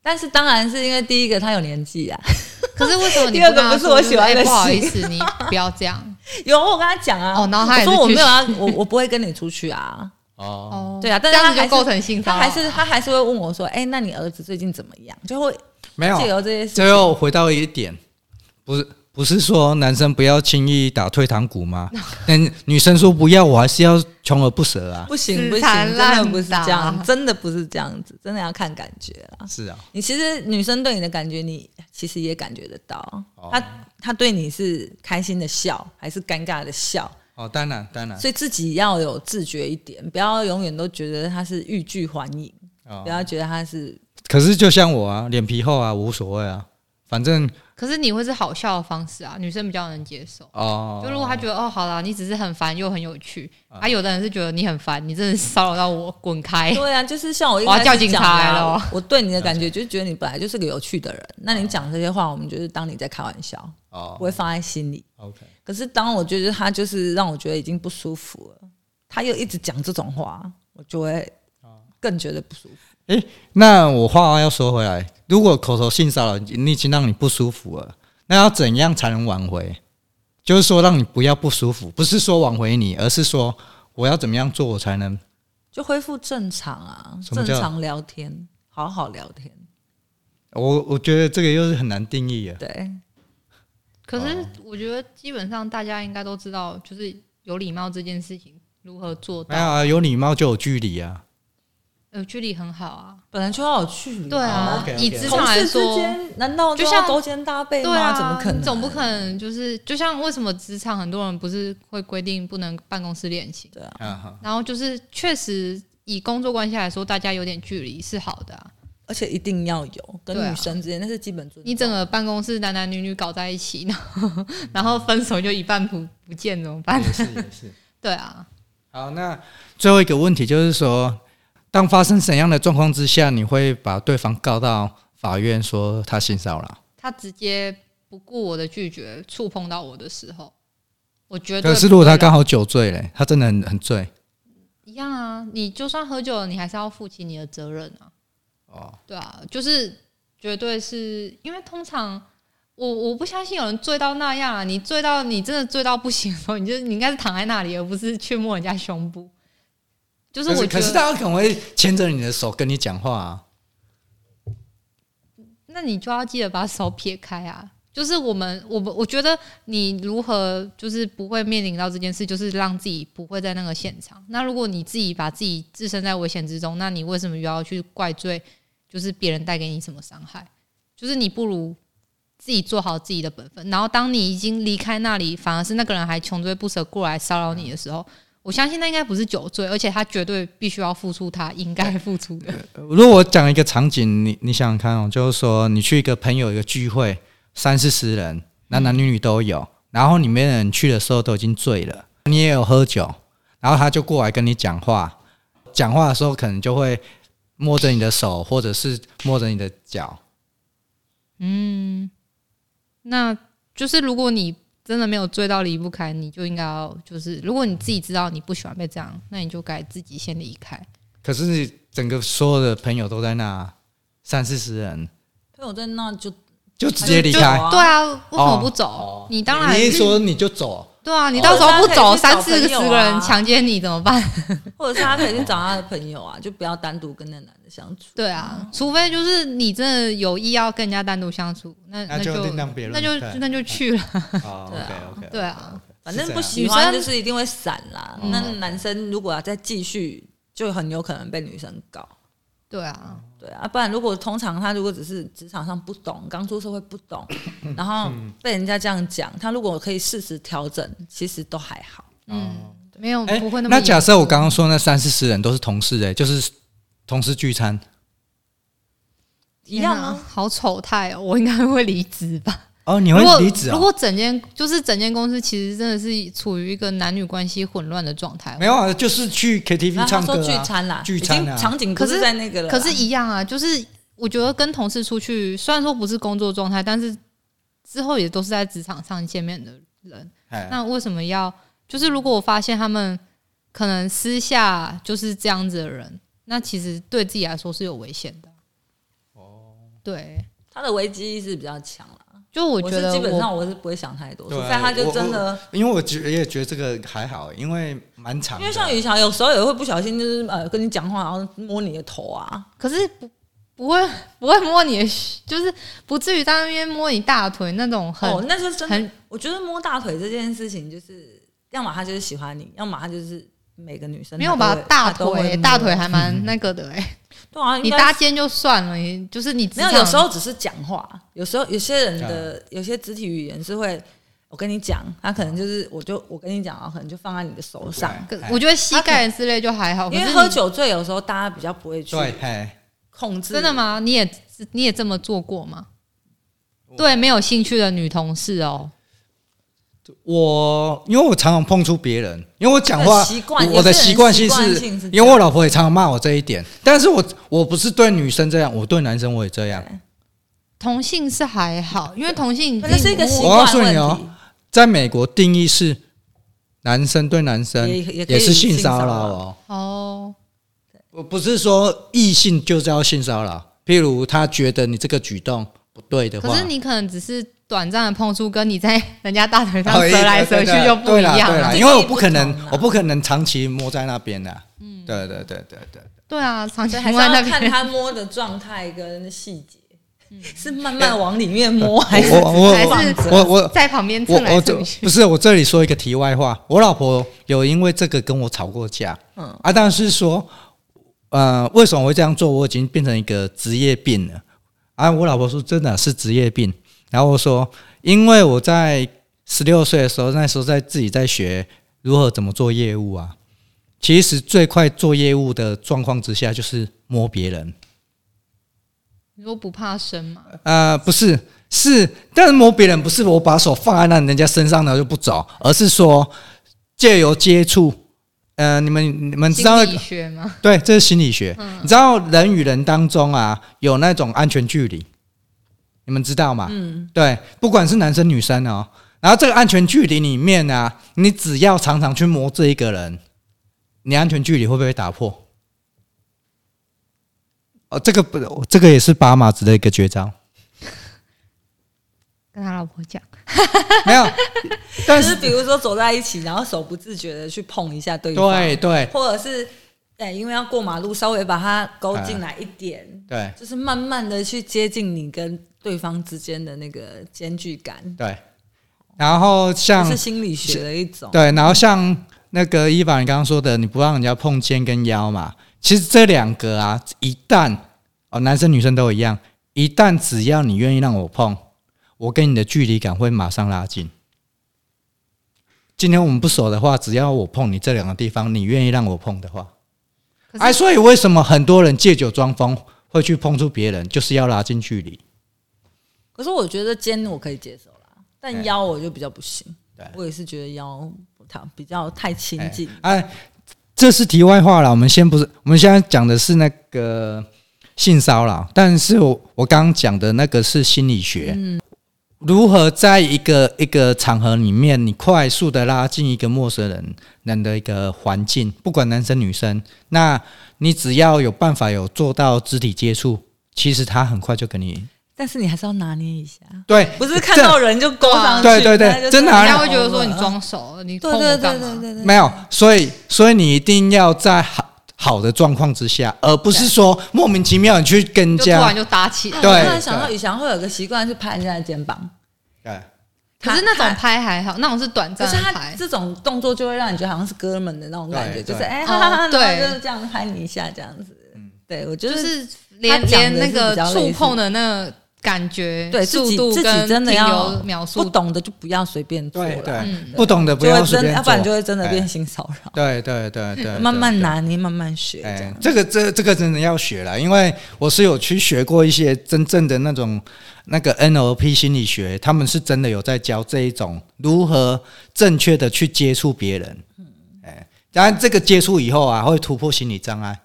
Speaker 3: 但是当然是因为第一个他有年纪啊， <laughs>
Speaker 2: 可是为什么你
Speaker 3: 第二个
Speaker 2: 跟他
Speaker 3: 不是
Speaker 2: 说
Speaker 3: 我
Speaker 2: 就
Speaker 3: 喜欢
Speaker 2: 哎
Speaker 3: 的
Speaker 2: 不好
Speaker 3: 型
Speaker 2: 意思，你不要这
Speaker 3: <laughs>
Speaker 2: 样。
Speaker 3: 有我有跟他讲啊，
Speaker 2: 哦然后他还
Speaker 3: 我
Speaker 2: 是
Speaker 3: 说我
Speaker 2: 去
Speaker 3: 没有啊，我我不会跟你出去
Speaker 2: <laughs>
Speaker 3: 啊，
Speaker 1: 哦，
Speaker 2: 哦，
Speaker 3: 对啊但
Speaker 2: 这
Speaker 3: 是他
Speaker 2: 样子就
Speaker 3: 还是
Speaker 2: 构成性骚
Speaker 3: 他
Speaker 2: 扰。
Speaker 3: 还是他还是会问我说，哎、那你儿子最近怎么样？就会
Speaker 1: 没有
Speaker 3: 借，由这些事情
Speaker 1: 最后回到一点，不是不是说男生不要轻易打退堂鼓
Speaker 3: <laughs>
Speaker 1: 吗？但女生说不要，我还是要穷而不舍啊。
Speaker 3: 不行
Speaker 2: 死
Speaker 3: 不行，
Speaker 2: 缠
Speaker 3: 真
Speaker 2: 烂
Speaker 3: 的不是
Speaker 2: 打
Speaker 3: 这样，真的不是这样子，真的要看感觉啦。
Speaker 1: 是啊，
Speaker 3: 你其实女生对你的感觉，你其实也感觉得到。
Speaker 1: 哦
Speaker 3: 她她对你是开心的笑，还是尴尬的笑？
Speaker 1: 哦，当然当然，
Speaker 3: 所以自己要有自觉一点，不要永远都觉得她是欲拒还迎，不
Speaker 1: 哦，
Speaker 3: 要觉得她是
Speaker 1: 可是就像我啊，脸皮厚啊，无所谓啊，反正
Speaker 2: 可是你会是好笑的方式啊，女生比较能接受。
Speaker 1: 哦，
Speaker 2: 就如果她觉得哦，好啦，你只是很烦又很有趣，啊，有的人是觉得你很烦，你真的骚扰到我，滚开。
Speaker 3: 对啊，就是像我一
Speaker 2: 我要
Speaker 3: 开
Speaker 2: 叫
Speaker 3: 始
Speaker 2: 警
Speaker 3: 讲
Speaker 2: 察来
Speaker 3: 的
Speaker 2: 了
Speaker 3: 啊
Speaker 2: 哦，
Speaker 3: 我对你的感觉就是觉得你本来就是个有趣的人，那你讲这些话，我们就是当你在开玩笑，不
Speaker 1: 哦
Speaker 3: 会放在心里。
Speaker 1: ，OK，
Speaker 3: 可是当我觉得他就是让我觉得已经不舒服了，他又一直讲这种话，我就会更觉得不舒服。
Speaker 1: 那我话要说回来，如果口头性骚扰你已经让你不舒服了，那要怎样才能挽回？就是说让你不要不舒服，不是说挽回你，而是说我要怎么样做我才能
Speaker 3: 就恢复正常啊，
Speaker 1: 什么
Speaker 3: 正
Speaker 1: 叫
Speaker 3: 常聊天，好好聊天。
Speaker 1: 我我觉得这个又是很难定义
Speaker 3: <laughs>
Speaker 1: 啊。
Speaker 3: 对，
Speaker 2: <laughs> 可
Speaker 1: 哦
Speaker 2: 是我觉得基本上大家应该都知道，就是有礼貌这件事情如何做
Speaker 1: 没有
Speaker 2: 到，
Speaker 1: 啊，有礼貌就有距离啊。
Speaker 2: 呃，距离很好啊。
Speaker 3: 本来就要有距离。
Speaker 2: 对
Speaker 1: 哦
Speaker 2: 啊
Speaker 1: ，OK，OK，
Speaker 2: 以职
Speaker 3: 嗯同
Speaker 2: 场来
Speaker 3: 事之
Speaker 2: 说，
Speaker 3: 间难道就
Speaker 2: 就像
Speaker 3: 要勾肩搭背吗？
Speaker 2: 对啊，
Speaker 3: 怎么可能？
Speaker 2: 你总不可能就是就像为什么职场很多人不是会规定不能办公室恋情，
Speaker 1: 嗯好
Speaker 2: 然后就是确实以工作关系来说，大家有点距离是好的、啊。
Speaker 3: 而且一定要有跟
Speaker 2: 对啊
Speaker 3: 女生之间，那是基本尊重。
Speaker 2: 你整个办公室男男女女搞在一起，然后 <laughs> 然后分手就一半不不见怎么办？ <laughs>
Speaker 1: 也是也是。
Speaker 2: 对啊，
Speaker 1: 好，那最后一个问题就是说，当发生怎样的状况之下，你会把对方告到法院说他性骚扰？
Speaker 2: 他直接不顾我的拒绝，触碰到我的时候，我觉得
Speaker 1: 可是如果他刚好酒醉嘞，他真的很很醉
Speaker 2: 一样啊，你就算喝酒了，你还是要负起你的责任啊。
Speaker 1: 哦，
Speaker 2: 对啊，就是绝对是因为通常我我不相信有人醉到那样啊！你醉到你真的醉到不行的时候，你就你应该是躺在那里，而不是去摸人家胸部。就是我觉
Speaker 1: 可是
Speaker 2: 得，
Speaker 1: 他可能会牵着你的手跟你讲话啊。
Speaker 2: 那你就要记得把手撇开啊！就是我们我们我觉得你如何就是不会面临到这件事，就是让自己不会在那个现场。那如果你自己把自己置身在危险之中，那你为什么又要去怪罪就是别人带给你什么伤害？就是你不如自己做好自己的本分。然后当你已经离开那里，反而是那个人还穷追不舍过来骚扰你的时候，我相信那应该不是酒醉，而且他绝对必须要付出他应该付出的。
Speaker 1: 如果我讲一个场景，你你想想看哦，就是说你去一个朋友一个聚会，三四十人，
Speaker 2: 嗯
Speaker 1: 男男女女都有，然后里面的人去的时候都已经醉了，你也有喝酒，然后他就过来跟你讲话，讲话的时候可能就会摸着你的手，或者是摸着你的脚，
Speaker 2: 那就是如果你真的没有追到离不开，你就应该要就是，如果你自己知道你不喜欢被这样，那你就该自己先离开。
Speaker 1: 可是整个所有的朋友都在那，三四十人
Speaker 3: 朋友在那就
Speaker 1: 就直接离
Speaker 2: 就
Speaker 1: 开。
Speaker 2: 对啊，为什么不走？
Speaker 1: 哦
Speaker 2: 你当然
Speaker 1: 你一说你就走，
Speaker 2: 对啊，你到时候不
Speaker 3: 哦
Speaker 2: 走，
Speaker 3: 大家
Speaker 2: 三
Speaker 3: 可以去
Speaker 2: 四十
Speaker 3: 找朋友啊
Speaker 2: 个人强奸你怎么办？
Speaker 3: 或者是他可以去找他的朋友啊，就不要单独跟那男的相处。
Speaker 2: 对啊，除非就是你真的有意要跟人家单独相处，那
Speaker 1: 那就
Speaker 2: 就
Speaker 1: 另当别论
Speaker 2: 那就
Speaker 1: 对
Speaker 2: 那就去了。
Speaker 1: 哦
Speaker 3: 对啊
Speaker 1: OK，
Speaker 2: <laughs> 对啊，
Speaker 3: 反正不喜
Speaker 2: 女
Speaker 3: 欢
Speaker 2: 生
Speaker 3: 就是一定会闪啦。
Speaker 1: 嗯
Speaker 3: 那男生如果要再继续，就很有可能被女生搞。
Speaker 2: 对啊，
Speaker 3: 对啊，不然如果通常他如果只是职场上不懂，刚出社会不
Speaker 1: <coughs>
Speaker 3: 懂，然后被人家这样讲，他如果可以适时调整，其实都还好。
Speaker 1: 嗯，
Speaker 2: 没有
Speaker 1: 哎
Speaker 2: 不会那么严格。
Speaker 1: 那假设我刚刚说那三四十人都是同事、哎，就是同事聚餐
Speaker 3: 一样啊
Speaker 2: 天哪
Speaker 3: 吗？
Speaker 2: 好丑态哦，我应该会离职吧。
Speaker 1: 哦，你
Speaker 2: 如
Speaker 1: 会
Speaker 2: 果
Speaker 1: 离职
Speaker 2: 如
Speaker 1: 哦？
Speaker 2: 果整间就是整间公司其实真的是处于一个男女关系混乱的状态，
Speaker 1: 没有啊，就是去 KTV
Speaker 3: 然后
Speaker 1: 唱
Speaker 3: 他
Speaker 1: 歌、
Speaker 3: 说
Speaker 1: 啊、
Speaker 3: 聚餐啦，
Speaker 1: 聚餐啊
Speaker 3: 已经场景不
Speaker 2: 可
Speaker 3: 是
Speaker 2: 是
Speaker 3: 在那个了啦，
Speaker 2: 可是，一样啊，就是我觉得跟同事出去，虽然说不是工作状态，但是之后也都是在职场上见面的人。
Speaker 1: 哎
Speaker 2: 那为什么要？就是如果我发现他们可能私下就是这样子的人，那其实对自己来说是有危险的。哦，对，
Speaker 3: 他的危机意识比较强啦。
Speaker 2: 就我
Speaker 3: 我
Speaker 2: 觉
Speaker 3: 是
Speaker 2: 得
Speaker 3: 基本
Speaker 2: 我
Speaker 3: 上我是不会想太多，除
Speaker 1: 对啊
Speaker 3: 非他就真的，
Speaker 1: 因为我觉得也觉得这个还好，因为蛮长的，
Speaker 3: 因为像雨翔有时候也会不小心就是呃跟你讲话，然后摸你的头啊，
Speaker 2: 可是不不会不会摸你的，就是不至于在那边摸你大腿那种很、
Speaker 3: 哦，那是真的
Speaker 2: 很。
Speaker 3: 我觉得摸大腿这件事情，就是要么他就是喜欢你，要么他就是每个女生
Speaker 2: 没有吧？大腿大腿
Speaker 3: 嗯
Speaker 2: 还蛮那个的哎、
Speaker 3: 对啊，
Speaker 2: 你
Speaker 3: 应该
Speaker 2: 搭肩就算了，你就是你职
Speaker 3: 没有，
Speaker 2: 场
Speaker 3: 有时候只是讲话，有时候有些人的
Speaker 1: 啊
Speaker 3: 有些肢体语言是会，我跟你讲，他可能就是我就我跟你讲啊，可能就放在你的手上，
Speaker 2: 可
Speaker 1: 哎
Speaker 2: 我觉得膝盖之类就还好，
Speaker 3: 因为
Speaker 2: 哦可是
Speaker 3: 喝
Speaker 2: 你
Speaker 3: 酒醉有时候大家比较不会去
Speaker 1: 对，哎，
Speaker 3: 控制，
Speaker 2: 真的？吗？你也你也这么做过吗？对，没有兴趣的女同事哦，
Speaker 1: 我因为我常常碰触别人，因为我讲话
Speaker 3: 这个习惯
Speaker 1: 我我的
Speaker 3: 有些人
Speaker 1: 习惯性
Speaker 3: 习惯
Speaker 1: 是，
Speaker 3: 性是这样
Speaker 1: 因为我老婆也常常骂我这一点，但是我我不是对女生这样，我对男生我也这样。
Speaker 2: 同性是还好，因为同性
Speaker 3: 那是一个习
Speaker 1: 我告
Speaker 3: 惯
Speaker 1: 诉
Speaker 3: 问
Speaker 1: 你
Speaker 3: 题，
Speaker 1: 哦在美国定义是男生对男生
Speaker 3: 也也可以
Speaker 1: 是性
Speaker 3: 性
Speaker 1: 骚扰
Speaker 3: 骚扰
Speaker 1: 哦，
Speaker 2: 哦，
Speaker 1: 我不是说异性就叫性骚扰，譬如他觉得你这个举动不对的话，
Speaker 2: 可是你可能只是短暂的碰触，跟你在人家大腿上
Speaker 1: 哦
Speaker 2: 折来折去就不一
Speaker 1: 对啦
Speaker 2: 样啊
Speaker 1: 对啦
Speaker 2: 了。
Speaker 1: 因为我不可能
Speaker 3: 不同啊
Speaker 1: 我不可能长期摸在那边的，嗯，对对对对对。
Speaker 2: 对啊，长期
Speaker 3: 所以还
Speaker 2: 摸
Speaker 3: 是
Speaker 2: 在那
Speaker 3: 要看
Speaker 2: 边，嗯
Speaker 3: 他摸的状态跟细节，是慢慢往里面摸还是
Speaker 1: 哎我我
Speaker 2: 还是
Speaker 1: 我我
Speaker 2: 在旁边
Speaker 1: 我
Speaker 2: 蹭来
Speaker 1: 我
Speaker 2: 蹭
Speaker 1: 这
Speaker 2: 去
Speaker 1: 不。是我这里说一个题外话，我老婆有因为这个跟我吵过架，嗯啊，但是说，呃，为什么我会这样做？我已经变成一个职业病了啊！我老婆说真的是职业病，然后我说，因为我在十六岁的时候，那时候在自己在学如何怎么做业务啊。其实最快做业务的状况之下，就是摸别人。
Speaker 2: 你说不怕生吗？
Speaker 1: 呃，不是，是，但是摸别人不是我把手放在那人家身上然后就不走，而是说借由接触，呃，你们你们知
Speaker 2: 心
Speaker 1: 道，
Speaker 2: 理嗯学吗？
Speaker 1: 对，这是心理学，你知道人与人当中啊有那种安全距离，你们知道吗？嗯，对，不管是男生女生哦，然后这个安全距离里面啊，你只要常常去摸这一个人，你安全距离会不会被打破？哦，这个不，这个也是把马子的一个绝招。
Speaker 2: 跟他老婆讲，
Speaker 1: 没有，但
Speaker 3: 就是是 <laughs> 比如说走在一起，然后手不自觉的去碰一下对方，
Speaker 1: 对对
Speaker 3: 或者是哎，因为要过马路，稍微把它勾进来一点，
Speaker 1: 对
Speaker 3: 就是慢慢的去接近你跟对方之间的那个间距感，
Speaker 1: 对，然后
Speaker 3: 这
Speaker 1: 像
Speaker 3: 是心理学的一种。
Speaker 1: 对，然后像那个伊凡你刚刚说的，你不让人家碰肩跟腰嘛，其实这两个啊，一旦哦，男生女生都一样，一旦只要你愿意让我碰，我跟你的距离感会马上拉近。今天我们不熟的话，只要我碰你这两个地方，你愿意让我碰的话，
Speaker 2: 可是
Speaker 1: 哎，所以为什么很多人借酒装疯会去碰触别人，就是要拉近距离？
Speaker 3: 可是我觉得肩我可以接受啦，
Speaker 1: 哎
Speaker 3: 但腰我就比较不行
Speaker 1: 对。
Speaker 3: 我也是觉得腰不太比较太亲近，
Speaker 1: 哎，这是题外话了。我们先不是，我们现在讲的是那个性骚扰，但是我我刚刚讲的那个是心理学，
Speaker 3: 嗯
Speaker 1: 如何在一个一个场合里面，你快速的拉近一个陌生人人的一个环境，不管男生女生，那你只要有办法有做到肢体接触，其实他很快就跟你
Speaker 3: 但是你还是要拿捏一下，
Speaker 1: 对，
Speaker 3: 不是看到人就勾上去。
Speaker 1: 对对对
Speaker 3: 那就
Speaker 1: 真的啊
Speaker 3: 太
Speaker 2: 人家
Speaker 3: 好
Speaker 2: 会觉得说
Speaker 3: 了
Speaker 2: 你，装熟，你
Speaker 3: 嗯对
Speaker 2: 碰
Speaker 3: 对
Speaker 2: 我干
Speaker 3: 对
Speaker 2: 嘛
Speaker 3: 对？对对，
Speaker 1: 没有，所以所以你一定要在好好的状况之下，而不是说莫名其妙你去跟人
Speaker 2: 就突
Speaker 1: 家
Speaker 2: 然就搭起来。
Speaker 1: 对
Speaker 3: 我突然想到，宇翔会有个习惯是拍人家的肩膀，
Speaker 1: 对
Speaker 2: 可是那种拍还好，那种是短
Speaker 3: 可
Speaker 2: 暂
Speaker 3: 是
Speaker 2: 的
Speaker 3: 他
Speaker 2: 拍。
Speaker 3: 这种动作就会让你觉得好像是哥们的那种感觉，
Speaker 1: 对
Speaker 3: 就是
Speaker 1: 对嗯
Speaker 3: 哎，
Speaker 2: 哦
Speaker 3: 哈哈哈，然后
Speaker 2: 对
Speaker 3: 就是这样拍你一下这样子。对，我觉
Speaker 2: 就
Speaker 3: 得
Speaker 2: 是连
Speaker 3: 他讲
Speaker 2: 连
Speaker 3: 的
Speaker 2: 那
Speaker 3: 是比
Speaker 2: 个
Speaker 3: 较类似
Speaker 2: 触碰的那个感觉、
Speaker 3: 对自
Speaker 2: 速
Speaker 3: 己
Speaker 2: 度
Speaker 3: 自己
Speaker 2: 跟
Speaker 3: 真的
Speaker 2: 停
Speaker 3: 要
Speaker 2: 留描
Speaker 3: 不
Speaker 2: 述，
Speaker 3: 懂的就不要随便做
Speaker 1: 对
Speaker 3: 了，
Speaker 1: 对
Speaker 2: 嗯，
Speaker 1: 不懂的不
Speaker 3: 就
Speaker 1: 要
Speaker 3: 会
Speaker 1: 随
Speaker 3: 真的，啊
Speaker 1: 便
Speaker 3: 要不然就会真的
Speaker 1: 哎
Speaker 3: 变性骚扰。
Speaker 1: 对对对对，对
Speaker 3: 慢慢。
Speaker 1: 对
Speaker 3: 拿捏，慢慢学，这
Speaker 1: 哎
Speaker 3: 样，
Speaker 1: 这个这这个真的要学了，因为我是有去学过一些真正的那种那个 NLP 心理学，他们是真的有在教这一种如何正确的去接触别人。哎，当然这个接触以后啊，会突破心理障碍，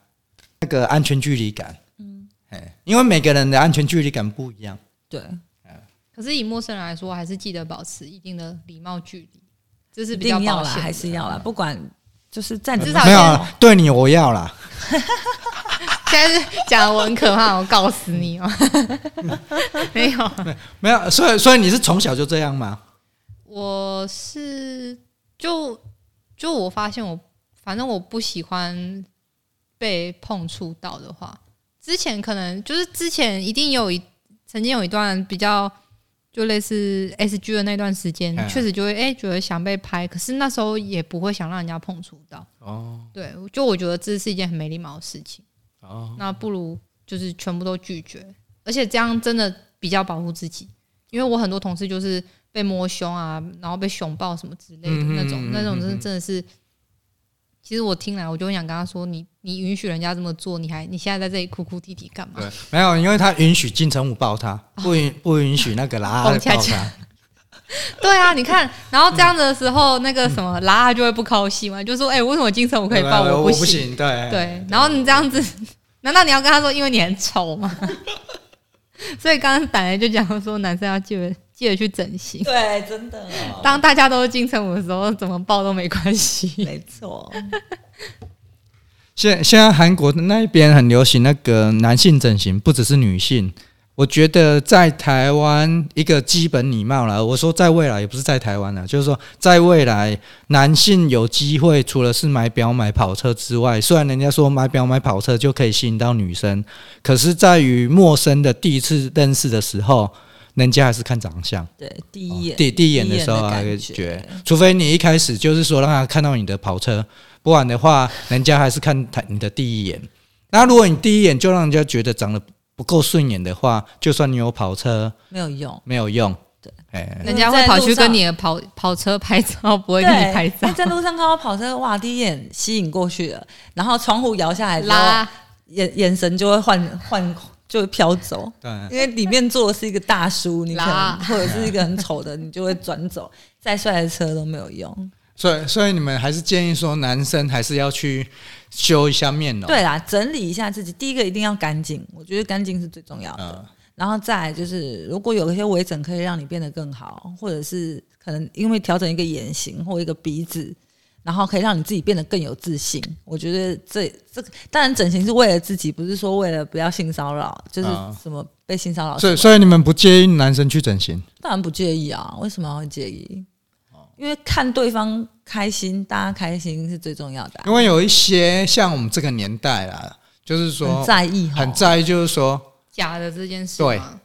Speaker 1: 那个安全距离感。嗯，哎，因为每个人的安全距离感不一样。
Speaker 3: 对，
Speaker 2: 可是以陌生人来说，还是记得保持一定的礼貌距离，这是
Speaker 3: 一
Speaker 2: 比较
Speaker 3: 定要
Speaker 2: 保
Speaker 3: 啦，
Speaker 2: 险的。
Speaker 3: 还是要
Speaker 1: 嗯
Speaker 3: 啦，不管就是在你
Speaker 2: 至少
Speaker 1: 没有
Speaker 2: 先
Speaker 1: 啊，对你我要啦。
Speaker 2: 现在是讲得我很可怕，我告死你 <laughs> 哦！没有，
Speaker 1: 没有，所以所以你是从小就这样吗？
Speaker 2: 我是就就我发现我反正我不喜欢被碰触到的话，之前可能就是之前一定有一曾经有一段比较就类似 S G 的那段时间
Speaker 1: 嗯，
Speaker 2: 确实就会哎、觉得想被拍，可是那时候也不会想让人家碰触到。
Speaker 1: 哦
Speaker 2: 对，就我觉得这是一件很没礼貌的事情。
Speaker 1: 哦，
Speaker 2: 那不如就是全部都拒绝，而且这样真的比较保护自己，因为我很多同事就是被摸胸啊，然后被熊抱什么之类的
Speaker 1: 嗯哼
Speaker 2: 那种
Speaker 1: 嗯，哼
Speaker 2: 那种
Speaker 1: 嗯
Speaker 2: 真的
Speaker 1: 哼
Speaker 2: 真的是，其实我听来我就很想跟他说，你你允许人家这么做，你还你现在在这里哭哭啼啼干嘛
Speaker 1: 对？，没有，因为他允许金城武抱他，不允不允许那个拉拉
Speaker 2: 蹦恰
Speaker 1: 抱
Speaker 2: 恰
Speaker 1: 他。
Speaker 2: 对啊，你看，然后这样的时候，那个什么拉拉就会不高兴嘛，就说哎、为什么精神我可以抱，
Speaker 1: 对我
Speaker 2: 不
Speaker 1: 不？行，对
Speaker 2: 对，然后你这样子， <laughs> 难道你要跟他说因为你很丑吗？ <laughs> 所以刚刚奶奶就讲说，男生要记得记得去整
Speaker 3: <laughs>
Speaker 2: 形。
Speaker 3: 对，真的，哦
Speaker 2: 当大家都金城武的时候，怎么抱都没关 <laughs> 系。
Speaker 3: 没错，
Speaker 1: 现现在韩国那边很流行那个男性整形，不只是女性。我觉得在台湾一个基本礼貌啦，我说在未来也不是在台湾啦，啊就是说在未来男性有机会，除了是买表买跑车之外，虽然人家说买表买跑车就可以吸引到女生，可是在于陌生的第一次认识的时候，人家还是看长相。
Speaker 3: 对，哦第一眼，
Speaker 1: 哦第第一眼的时候啊，感
Speaker 3: 感觉
Speaker 1: 觉，除非你一开始就是说让他看到你的跑车，不然的话，人家还是看他你的第一眼。那如果你第一眼就让人家觉得长得不够顺眼的话，就算你有跑车
Speaker 3: 没有用，
Speaker 1: 没有用。
Speaker 3: 对，
Speaker 1: 哎，
Speaker 2: 人家会跑去跟你的跑跑车拍照，不会
Speaker 3: 对
Speaker 2: 跟你拍照
Speaker 3: 哎。在路上看到跑车，哇，第一眼吸引过去了，然后窗户摇下来之后，
Speaker 2: 拉
Speaker 3: 眼眼神就会换换，就会飘走。
Speaker 1: 对，
Speaker 3: 因为里面坐的是一个大叔，你可能
Speaker 2: 拉
Speaker 3: 或者是一个很丑的，你就会转走。再帅的车都没有用。
Speaker 1: 所以所以你们还是建议说，男生还是要去修一下面容。
Speaker 3: 对啦，整理一下自己，第一个一定要干净，我觉得干净是最重要
Speaker 1: 嗯，
Speaker 3: 的。然后再来就是，如果有一些微整可以让你变得更好，或者是可能因为调整一个眼型或一个鼻子，然后可以让你自己变得更有自信。我觉得这这个当然整形是为了自己，不是说为了不要性骚扰，就是
Speaker 1: 嗯
Speaker 3: 什么被性骚扰什
Speaker 1: 所
Speaker 3: 么
Speaker 1: 以所以你们不建议男生去整形。
Speaker 3: 当然不介意啊，为什么会介意？因为看对方开心，大家开心是最重要的啊、
Speaker 1: 因为有一些像我们这个年代啦，就是说
Speaker 3: 很在意哈，
Speaker 1: 很在意，就是说
Speaker 2: 假的这件事
Speaker 1: 对
Speaker 2: 吗，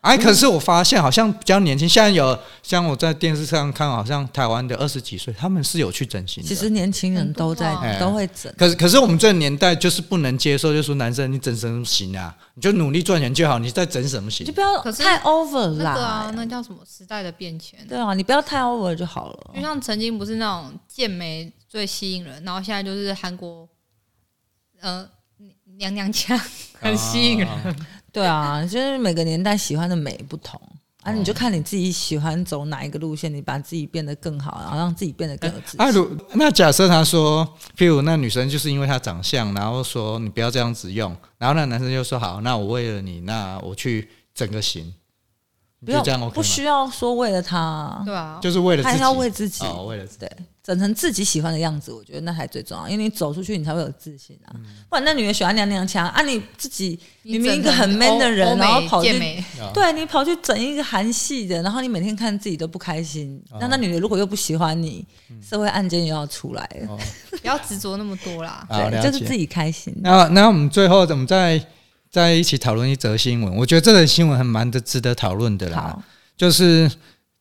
Speaker 1: 哎，可是我发现好像比较年轻，现在有像我在电视上看，好像台湾的二十几岁，他们是有去整形的。
Speaker 3: 其实，年轻人都在、
Speaker 1: 很多啊
Speaker 3: 都会整，
Speaker 1: 可是可是我们这个年代就是不能接受，就说男生你整什么型啊？你就努力赚钱就好，你在整什么
Speaker 3: 你就
Speaker 1: 型？
Speaker 3: 不要
Speaker 2: 可是
Speaker 3: 太 over 啦。
Speaker 2: 那个啊，那叫什么时代的变迁？
Speaker 3: 对啊，你不要太 over 就好了
Speaker 2: 就。像曾经不是那种健美最吸引人，然后现在就是韩国，呃，娘娘腔很吸引人。
Speaker 1: 啊
Speaker 3: 对啊，就是每个年代喜欢的美不同啊，
Speaker 1: 哦
Speaker 3: 你就看你自己喜欢走哪一个路线，你把自己变得更好，然后让自己变得更有自信。
Speaker 1: 啊，如那假设他说，譬如那女生就是因为她长相，然后说你不要这样子用，然后那男生就说好，那我为了你，那我去整个型，你
Speaker 3: 不
Speaker 1: 就
Speaker 3: 要
Speaker 1: 这样 OK
Speaker 3: 不需
Speaker 1: 吗？
Speaker 3: 要说为了他，
Speaker 2: 对啊，
Speaker 1: 就是为了自
Speaker 3: 他
Speaker 1: 己，
Speaker 3: 要为自己。
Speaker 1: 哦，为了自己
Speaker 3: 对，整成自己喜欢的样子，我觉得那才最重要，因为你走出去，你才会有自信啊。
Speaker 1: 嗯
Speaker 3: 不然那女的喜欢娘娘腔啊，你自己明明一个很 man 的人，然后跑
Speaker 2: 健
Speaker 3: 去，
Speaker 2: 美，
Speaker 1: 啊
Speaker 3: 对你跑去整一个韩系的，然后你每天看自己都不开心，
Speaker 1: 哦
Speaker 3: 那那女的如果又不喜欢你，社会案件又要出来了。
Speaker 1: 嗯哦，
Speaker 2: <laughs> 不要执着那么多啦。
Speaker 1: 好
Speaker 3: 对，
Speaker 1: 了
Speaker 3: 就是
Speaker 1: 解
Speaker 3: 自己开心。
Speaker 1: 那那我们最后我们再在一起讨论一则新闻，我觉得这则新闻还蛮的值得讨论的啦
Speaker 3: 好，，
Speaker 1: 就是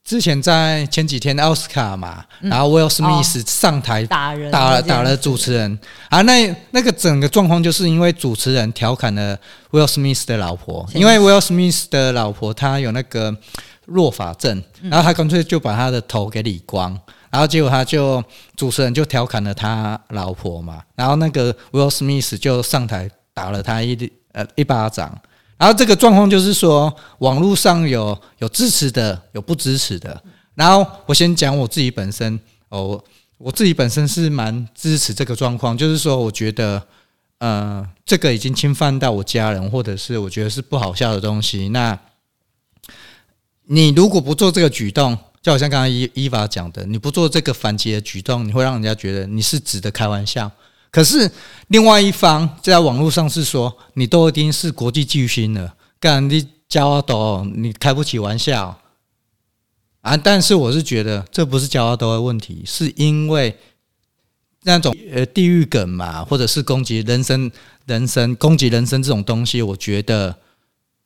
Speaker 1: 之前在前几天的奥斯卡嘛，然后 Will Smith 上台
Speaker 3: 打人
Speaker 1: 打了
Speaker 3: 这件
Speaker 1: 打了
Speaker 3: 事
Speaker 1: 主持人啊，那那个整个状况就是因为主持人调侃了 Will Smith 的老婆，
Speaker 3: 前
Speaker 1: 因为 Will Smith 的老婆她有那个弱法症，然后她干脆就把她的头给理光，然后结果她就主持人就调侃了他老婆嘛，然后那个 Will Smith 就上台打了他一呃一巴掌。然后这个状况就是说，网络上有有支持的，有不支持的。然后我先讲我自己本身，哦，我我自己本身是蛮支持这个状况，就是说，我觉得，呃，这个已经侵犯到我家人，或者是我觉得是不好笑的东西。那你如果不做这个举动，就好像刚刚伊伊娃讲的，你不做这个反击的举动，你会让人家觉得你是值得开玩笑。可是另外一方在网络上是说，你都已经是国际巨星了，干你骄傲斗，你开不起玩笑啊！但是我是觉得这不是骄傲斗的问题，是因为那种呃地域梗嘛，或者是攻击人身、人身攻击人身这种东西，我觉得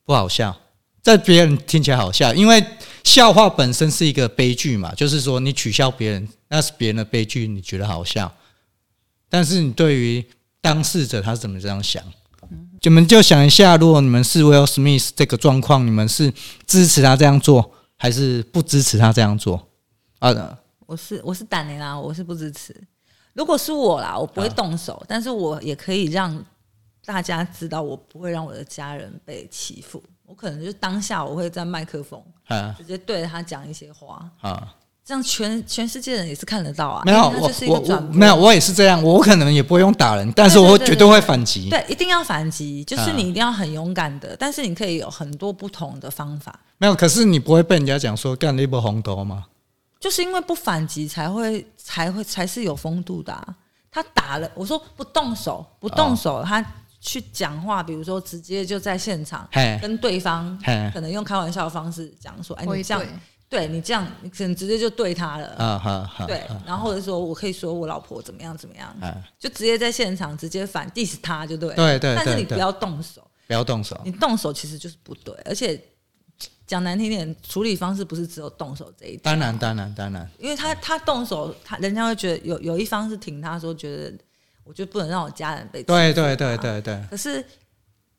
Speaker 1: 不好笑，在别人听起来好笑，因为笑话本身是一个悲剧嘛，就是说你取笑别人，那是别人的悲剧，你觉得好笑。但是你对于当事者他是怎么这样想？你们就想一下，如果你们是 Will Smith 这个状况，你们是支持他这样做，还是不支持他这样做？啊，
Speaker 3: 我是我是胆雷啦，我是不支持。如果是我啦，我不会动
Speaker 1: 哦
Speaker 3: 手，但是我也可以让大家知道，我不会让我的家人被欺负。我可能就当下我会在麦克风
Speaker 1: 啊
Speaker 3: 直接对着他讲一些话，
Speaker 1: 啊，
Speaker 3: 这样全全世界人也是看得到啊。
Speaker 1: 没有，
Speaker 3: 因为它
Speaker 1: 我
Speaker 3: 就是一
Speaker 1: 我
Speaker 3: 个
Speaker 1: 我
Speaker 3: 转播
Speaker 1: 没有，我也是这样，我可能也不会用打人，但是我
Speaker 3: 对对对
Speaker 1: 绝对会反击。
Speaker 3: 对，一定要反击，就是
Speaker 1: 嗯
Speaker 3: 你一定要很勇敢的，但是你可以有很多不同的方法，
Speaker 1: 没有，可是你不会被人家讲说干了一波红头吗？
Speaker 3: 就是因为不反击才会才会才是有风度的、啊。他打了，我说不动手，不动
Speaker 1: 哦
Speaker 3: 手，他去讲话，比如说直接就在现场
Speaker 1: 嘿，
Speaker 3: 跟对方
Speaker 1: 嘿，
Speaker 3: 可能用开玩笑的方式讲 <laughs> 说，哎，
Speaker 2: 我
Speaker 3: 你
Speaker 2: 也
Speaker 3: 这样，
Speaker 2: 对
Speaker 3: 对你这样，你可能直接就对他了，
Speaker 1: 啊哈哈，
Speaker 3: 对，然后或者说我可以说我老婆怎么样怎么样，
Speaker 1: 啊，
Speaker 3: 就直接在现场直接反 diss 他就对了，
Speaker 1: 对对
Speaker 3: 但是
Speaker 1: 对
Speaker 3: 你
Speaker 1: 对
Speaker 3: 不要动手。
Speaker 1: 不要动手。
Speaker 3: 你动手其实就是不对，而且讲难听点，处理方式不是只有动手这一点，
Speaker 1: 当然，当然，当然，
Speaker 3: 因为他他动手，他人家会觉得有有一方是挺他说觉得，我就不能让我家人被欺负
Speaker 1: 对对对
Speaker 3: 啊。
Speaker 1: 对对，
Speaker 3: 可是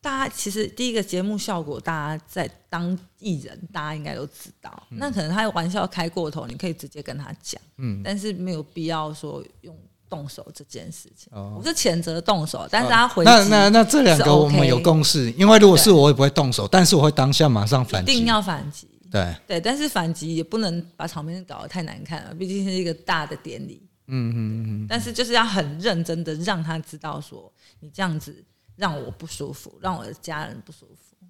Speaker 3: 大家其实第一个节目效果，大家在当艺人，大家应该都知道，那可能他玩笑开过头，你可以直接跟他讲，
Speaker 1: 嗯，
Speaker 3: 但是没有必要说用动手这件事情。
Speaker 1: 哦
Speaker 3: 我是谴责动手，但是他回击、
Speaker 1: 那那那这两
Speaker 3: 是
Speaker 1: 个我们
Speaker 3: OK
Speaker 1: 有共识，因为如果是我也不会动手，但是我会当下马上反
Speaker 3: 一
Speaker 1: 击
Speaker 3: 定。要反击。
Speaker 1: 对，
Speaker 3: 对，但是反击也不能把场面搞得太难看啊了，毕竟是一个大的典礼。
Speaker 1: 嗯嗯嗯
Speaker 3: 但是就是要很认真的让他知道说，你这样子让我不舒服，让我的家人不舒服。
Speaker 1: 嗯。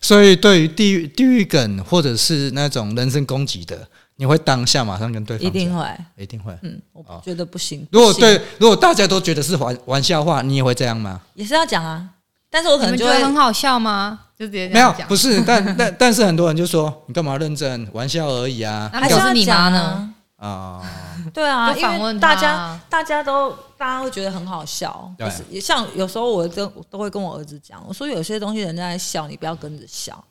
Speaker 1: 所以对于地域地域梗或者是那种人身攻击的，你会当下马上跟对方
Speaker 3: 一定
Speaker 1: 讲
Speaker 3: 会，
Speaker 1: 一定会。
Speaker 3: 嗯，我
Speaker 1: 哦
Speaker 3: 觉得不行。
Speaker 1: 如果
Speaker 3: 不行
Speaker 1: 对，如果大家都觉得是玩玩笑话，你也会这样吗？
Speaker 3: 也是要讲啊，但是我可
Speaker 2: 你
Speaker 3: 能
Speaker 2: 们
Speaker 3: 就
Speaker 2: 觉得很
Speaker 3: 会
Speaker 2: 好笑吗？就直接这
Speaker 1: 没有
Speaker 2: 样，讲
Speaker 1: 不。是，但 <laughs> 但但是很多人就说你干嘛认真，玩笑而已啊
Speaker 2: 那
Speaker 3: 还
Speaker 2: 如果
Speaker 3: 要
Speaker 2: 是你
Speaker 3: 讲
Speaker 2: 妈
Speaker 3: 啊
Speaker 2: 呢？
Speaker 1: 啊！
Speaker 3: 对啊，
Speaker 2: 就
Speaker 3: 因
Speaker 2: 访
Speaker 3: 为
Speaker 2: 问
Speaker 3: 大
Speaker 2: 他
Speaker 3: 家大家都大家会觉得很好笑，
Speaker 1: 对
Speaker 3: 就是也像有时候我跟我都会跟我儿子讲，我说有些东西人家在笑，你不要跟着笑，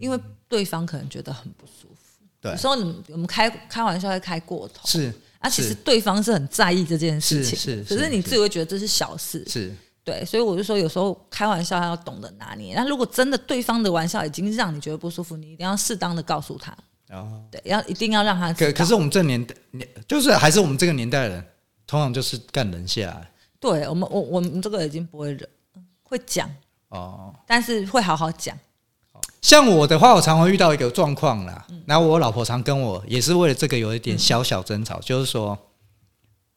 Speaker 3: 因为对方可能觉得很不舒服。
Speaker 1: 嗯对
Speaker 3: 有时候你们我们开开玩笑会开过头，
Speaker 1: 是
Speaker 3: 啊，其实
Speaker 1: 是
Speaker 3: 对方是很在意这件事情，
Speaker 1: 是是
Speaker 3: 可
Speaker 1: 是
Speaker 3: 是你
Speaker 1: 是
Speaker 3: 自己会觉得这是小事，
Speaker 1: 是，
Speaker 3: 对，所以我就说有时候开玩笑要懂得拿捏，那如果真的对方的玩笑已经让你觉得不舒服，你一定要适当的告诉他，
Speaker 1: 哦。
Speaker 3: 对，要一定要让他知
Speaker 1: 可
Speaker 3: 道。
Speaker 1: 可是我们这年代，年就是还是我们这个年代人，通常就是干人下来
Speaker 3: 对我们，我我们这个已经不会忍，会讲，
Speaker 1: 哦。
Speaker 3: 但是会好好讲。
Speaker 1: 像我的话，我常会遇到一个状况啦，然后我老婆常跟我也是为了这个有一点小小争吵，就是说，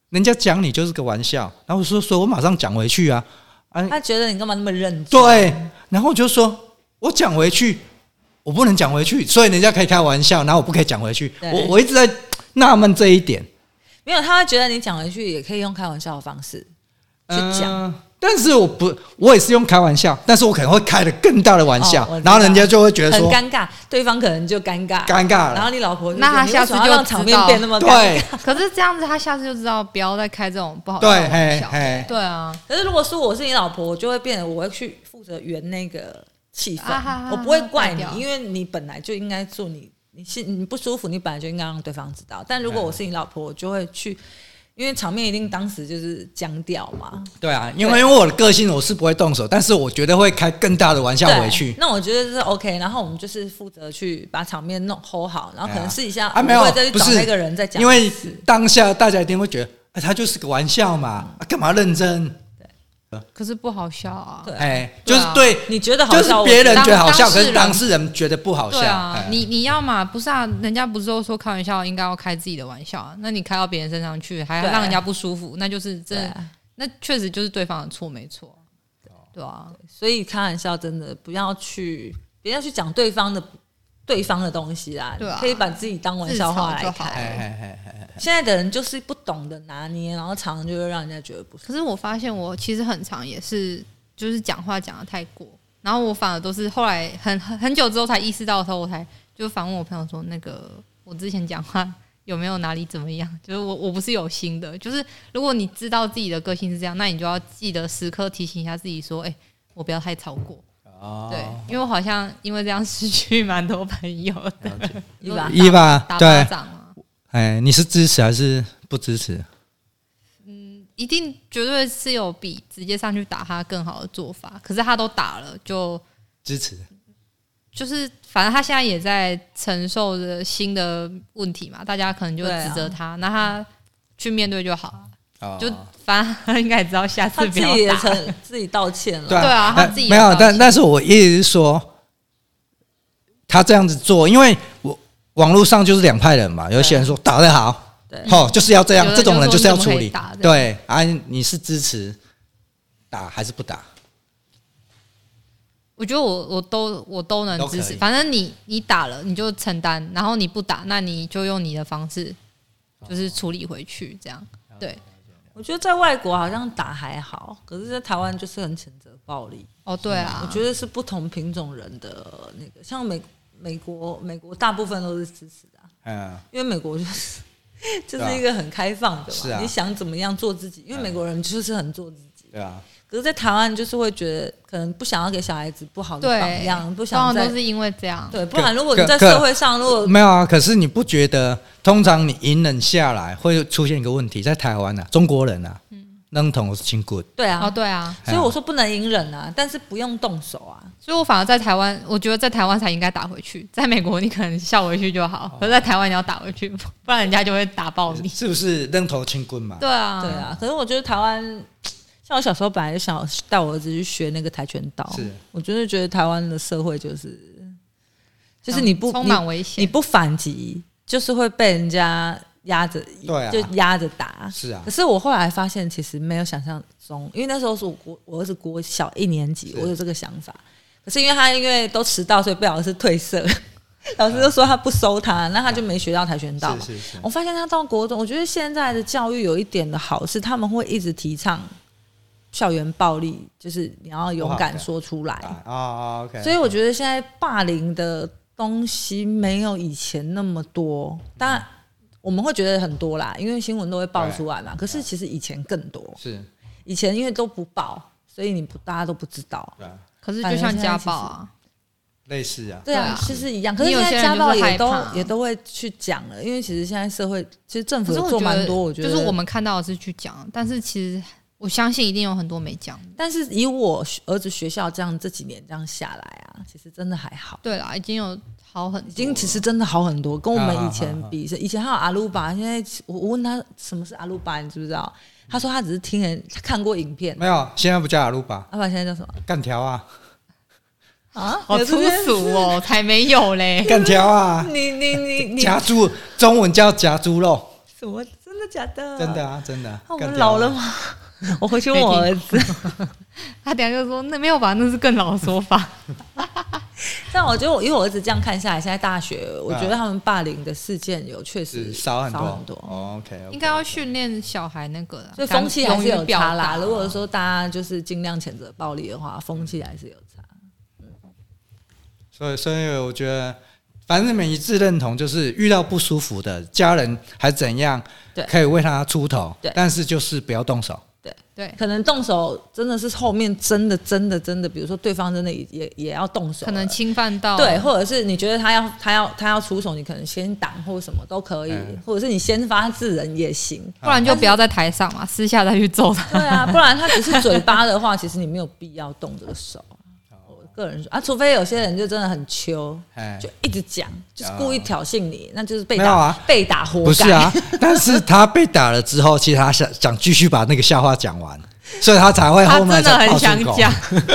Speaker 1: 人家讲你就是个玩笑，然后我说，所以我马上讲回去啊，啊，
Speaker 3: 他觉得你干嘛那么认真？
Speaker 1: 对，然后我就说我讲回去，我不能讲回去，所以人家可以开玩笑，然后我不可以讲回去，
Speaker 3: 对
Speaker 1: 我我一直在纳闷这一点，
Speaker 3: 没有，他会觉得你讲回去也可以用开玩笑的方式去讲。
Speaker 1: 嗯但是我不，我也是用开玩笑，但是我可能会开的更大的玩笑，
Speaker 3: 哦我知道
Speaker 1: 然后人家就会觉得
Speaker 3: 很
Speaker 1: 说
Speaker 3: 尴尬，对方可能就尴尬，
Speaker 1: 尴尬
Speaker 3: 然后
Speaker 1: 了，
Speaker 3: 你老婆就觉得
Speaker 2: 那他
Speaker 3: 你为
Speaker 2: 下
Speaker 3: 什
Speaker 2: 次
Speaker 3: 么要
Speaker 2: 就
Speaker 3: 让
Speaker 2: 知
Speaker 3: 场面
Speaker 2: 道
Speaker 3: 变那么尴尬
Speaker 1: 对。
Speaker 2: 可是这样子，他下次就知道不要再开这种不好笑
Speaker 1: 对，
Speaker 2: 的玩
Speaker 1: 嘿
Speaker 2: 笑。
Speaker 1: 嘿，
Speaker 2: 对啊，
Speaker 3: 可是如果说我是你老婆，我就会变得我会去负责圆那个气氛，
Speaker 2: 啊哈哈哈
Speaker 3: 我不会怪你
Speaker 2: 坏，掉
Speaker 3: 因为你本来就应该做你你心你不舒服，你本来就应该让对方知道。但如果
Speaker 1: 嗯
Speaker 3: 我是你老婆，我就会去，因为场面一定当时就是僵掉嘛。
Speaker 1: 对啊，因为因为我的个性我是不会动手，但是我觉得会开更大的玩笑
Speaker 3: 对，
Speaker 1: 回去。
Speaker 3: 那我觉得这是 OK，然后我们就是负责去把场面弄 hold 好，然后可能试一下，
Speaker 1: 啊，
Speaker 3: 我
Speaker 1: 没有
Speaker 3: 会再，去
Speaker 1: 不
Speaker 3: 找
Speaker 1: 是
Speaker 3: 那个人再讲。
Speaker 1: 因为当下大家一定会觉得，哎，他就是个玩笑嘛，啊干嘛认真？
Speaker 2: 可是不好笑啊。
Speaker 3: 对啊
Speaker 1: 哎，就
Speaker 2: 对
Speaker 1: 是
Speaker 2: 啊
Speaker 1: 对，
Speaker 3: 你觉得好
Speaker 1: 就是
Speaker 3: 笑，
Speaker 1: 别人觉得好笑，
Speaker 2: 当
Speaker 1: 可是当
Speaker 2: 当
Speaker 1: 事人觉得不好笑。
Speaker 2: 对啊
Speaker 1: 哎，
Speaker 2: 你你要嘛不是啊？人家不是都说开玩笑应该要开自己的玩笑啊，那你开到别人身上去，还
Speaker 3: 对
Speaker 2: 让人家不舒服，那就是
Speaker 3: 对
Speaker 2: 这，那确实就是对方的错，没错。对啊，
Speaker 3: 所以开玩笑真的不要去，不要去讲对方的对方的东西啦，
Speaker 2: 对啊
Speaker 3: 你可以把自己当玩笑话
Speaker 2: 自嘲就
Speaker 3: 来
Speaker 2: 好
Speaker 3: 看。
Speaker 1: 哎哎哎哎哎，
Speaker 3: 现在的人就是不懂得拿捏，然后常常就会让人家觉得不舒服。
Speaker 2: 可是我发现我其实很常也是，就是讲话讲的太过，然后我反而都是后来很很很久之后才意识到的时候，我才就反问我朋友说，那个我之前讲话有没有哪里怎么样？就是我我不是有心的，就是如果你知道自己的个性是这样，那你就要记得时刻提醒一下自己说，哎、我不要太超过。
Speaker 1: 哦
Speaker 2: 对，因为我好像因为这样失去蛮多朋友的，
Speaker 1: 了解
Speaker 3: 一般
Speaker 1: 伊娃
Speaker 2: 打巴
Speaker 1: 对，
Speaker 2: 掌啊，
Speaker 1: 哎，你是支持还是不支持？
Speaker 2: 一定绝对是有比直接上去打他更好的做法。可是他都打了，就
Speaker 1: 支持。
Speaker 2: 就是反正他现在也在承受着新的问题嘛，大家可能就
Speaker 3: 对啊
Speaker 2: 指责他，那他去面对就好了。
Speaker 1: 哦
Speaker 2: 就反正他应该也知道下次
Speaker 3: 他
Speaker 2: 不
Speaker 3: 自
Speaker 2: 要
Speaker 3: 己也
Speaker 2: 打。
Speaker 3: 承自己道歉了，
Speaker 1: 对
Speaker 2: 对啊
Speaker 1: 但
Speaker 2: 他自己
Speaker 1: 没
Speaker 2: 也
Speaker 1: 有
Speaker 2: 道，
Speaker 1: 但
Speaker 2: 歉
Speaker 1: 但是我意思是说，他这样子做，因为我网络上就是两派人嘛，有些人说打得好，
Speaker 3: 对
Speaker 1: 吼就是要这样
Speaker 2: 有，的
Speaker 1: 这种人
Speaker 2: 人
Speaker 1: 就
Speaker 2: 就是
Speaker 1: 要
Speaker 2: 说
Speaker 1: 处
Speaker 2: 你怎么可以
Speaker 1: 理
Speaker 2: 打，这
Speaker 1: 对啊，你是支持打还是不打？
Speaker 2: 我觉得我我都我都能
Speaker 1: 都可以
Speaker 2: 支持，反正你你打了你就承担，然后你不打，那你就用你的方式
Speaker 3: 哦
Speaker 2: 就是处理回去，这样对。
Speaker 3: 我觉得在外国好像打还好，可是在台湾就是很谴责暴力。
Speaker 2: 哦，对啊，
Speaker 3: 我觉得是不同品种人的那个，像美美国，美国大部分都是支持的啊、
Speaker 1: 嗯，
Speaker 3: 因为美国就是 <laughs> 就
Speaker 1: 对啊
Speaker 3: 是一个很开放的嘛，
Speaker 1: 是啊嗯
Speaker 3: 你想怎么样做自己，因为美国人就是很做自己。
Speaker 1: 对啊，
Speaker 3: 可是，在台湾就是会觉得，可能不想要给小孩子不好的榜
Speaker 2: 对，
Speaker 3: 样，不
Speaker 2: 通常
Speaker 3: 想在
Speaker 2: 都是因为这样，
Speaker 3: 对，不然
Speaker 1: 各
Speaker 3: 如果你在
Speaker 1: 各
Speaker 3: 社会上，如果
Speaker 1: 没有啊。可是你不觉得，通常你隐忍下来会出现一个问题，在台湾啊，中国人啊，
Speaker 3: 嗯
Speaker 1: 扔桶是亲骨，
Speaker 3: <laughs> 对
Speaker 2: 哦，
Speaker 3: 啊，
Speaker 2: 对啊，
Speaker 3: 所以
Speaker 1: 哎
Speaker 3: 我说不能隐忍啊，但是不用动手啊，
Speaker 2: 所以我反而在台湾，我觉得在台湾才应该打回去，在美国你可能笑回去就
Speaker 3: 哦
Speaker 2: 好，可是在台湾你要打回去，不然人家就会打爆你。
Speaker 1: 是不是扔头亲棍嘛？
Speaker 2: 对啊，
Speaker 3: 对，啊。可是我觉得台湾。像我小时候本来就想带我儿子去学那个跆拳道，
Speaker 1: 是
Speaker 3: 我就是觉得台湾的社会就是，就是你不
Speaker 2: 充
Speaker 3: 你
Speaker 2: 满危
Speaker 3: 你
Speaker 2: 险，
Speaker 3: 不反击，就是会被人家压着，
Speaker 1: 对啊
Speaker 3: 就压着打。
Speaker 1: 是啊
Speaker 3: 可，是我后来发现，其实没有想象中，因为那时候是我国我儿子国小一年级，
Speaker 1: 是
Speaker 3: 我有这个想法。可是因为他因为都迟到，所以被老师退社， <laughs> 老师就说他不收他，那他就没学到跆拳道嘛。
Speaker 1: 是是是，
Speaker 3: 我发现他到国中，我觉得现在的教育有一点的好是，他们会一直提倡校园暴力，就是你要勇敢说出来。
Speaker 1: 啊啊，OK，
Speaker 3: 哎所以我觉得现在霸凌的东西没有以前那么多，当然我们会觉得很多啦，因为新闻都会爆出来嘛。可是其实以前更多，
Speaker 1: 是
Speaker 3: 以前因为都不报，所以你不大家都不知道。
Speaker 1: 对啊，
Speaker 2: 可是就像家暴啊，
Speaker 1: 类似啊，
Speaker 3: 对啊，
Speaker 2: 对啊
Speaker 3: 就是一样。可
Speaker 2: 你
Speaker 3: 是
Speaker 2: 有
Speaker 3: 现
Speaker 2: 些
Speaker 3: 在
Speaker 2: 人
Speaker 3: 家暴也都
Speaker 2: 就是害怕
Speaker 3: 也都会去讲了，因为其实现在社会其实政府
Speaker 2: 可是
Speaker 3: 有
Speaker 2: 我
Speaker 3: 做
Speaker 2: 觉
Speaker 3: 蛮
Speaker 2: 得
Speaker 3: 多，我觉得
Speaker 2: 就是我们看到的是去讲，但是其实我相信一定有很多没讲的。
Speaker 3: 但是以我学儿子学校这样这几年这样下来啊，其实真的还好。
Speaker 2: 对啦，已经有好很
Speaker 3: 已
Speaker 2: 多
Speaker 3: 经
Speaker 2: 了，
Speaker 3: 其实真的好很多，跟我们以前
Speaker 1: 啊啊
Speaker 3: 比，以前还有阿鲁巴，现在我我问他什么是阿鲁巴，你知不知道？他说他只是听人他看过影片，
Speaker 1: 没有，现在不叫阿鲁巴，
Speaker 3: 阿爸现在叫什么
Speaker 1: 干条
Speaker 3: <laughs>
Speaker 1: 啊，
Speaker 3: 啊？
Speaker 2: 好粗俗
Speaker 3: <laughs>
Speaker 2: 哦，才没有嘞。
Speaker 1: 干条啊
Speaker 3: 有这件事！，你你你你
Speaker 1: 夹猪，中文叫夹猪肉，
Speaker 3: 什么？真的假的？
Speaker 1: 真的。啊，啊真的啊。
Speaker 3: 嗯那我
Speaker 1: 干
Speaker 3: 们
Speaker 1: 条啊
Speaker 3: 老了？吗？我回去问我儿子，
Speaker 2: 他等一下就说那没有吧，那是更老的说法。
Speaker 3: 但我觉得我因为我儿子这样看下来，现在大学，我
Speaker 1: 啊
Speaker 3: 觉得他们霸凌的事件有确
Speaker 1: 是
Speaker 3: 实
Speaker 1: 少很多，
Speaker 3: 少很多，
Speaker 1: 哦 OK，
Speaker 2: <laughs> 应该要训练小孩那个啦，
Speaker 3: 所以风气还
Speaker 2: 勇
Speaker 3: 是
Speaker 2: 于
Speaker 3: 有
Speaker 2: 表
Speaker 3: 差
Speaker 2: 达
Speaker 3: 啦。如果说大家就是尽量谴责暴力的话，风气还是有差。
Speaker 1: 所以所以我觉得，反正你们一致认同，就是遇到不舒服的家人还怎样，
Speaker 3: 对
Speaker 1: 可以为他出头
Speaker 3: 对，
Speaker 1: 但是就是不要动手。
Speaker 2: 对，
Speaker 3: 可能动手真的是后面真的真的真的，比如说对方真的也也也要动手了，
Speaker 2: 可能侵犯到
Speaker 3: 对，或者是你觉得他要他要他要出手，你可能先挡或什么都可以，
Speaker 1: 嗯
Speaker 3: 或者是你先发制人也行。
Speaker 2: 不然就不要在台上嘛，私下再去揍 <laughs> 他。
Speaker 3: 对啊， <laughs> 不然他只是嘴巴的话，其实你没有必要动这个手。我个人说啊，除非有些人就真的很秋，
Speaker 1: 哎
Speaker 3: 就一直讲，就是故意挑衅你，那就是被
Speaker 1: 没
Speaker 3: 打、
Speaker 1: 有啊
Speaker 3: 被打活该。
Speaker 1: 不是啊， <laughs> 但是他被打了之后，其实他想想继续把那个笑话讲完，所以他才会
Speaker 2: 他
Speaker 1: 后面
Speaker 2: 真的
Speaker 1: 才爆出
Speaker 2: 很想
Speaker 1: 口
Speaker 2: 讲，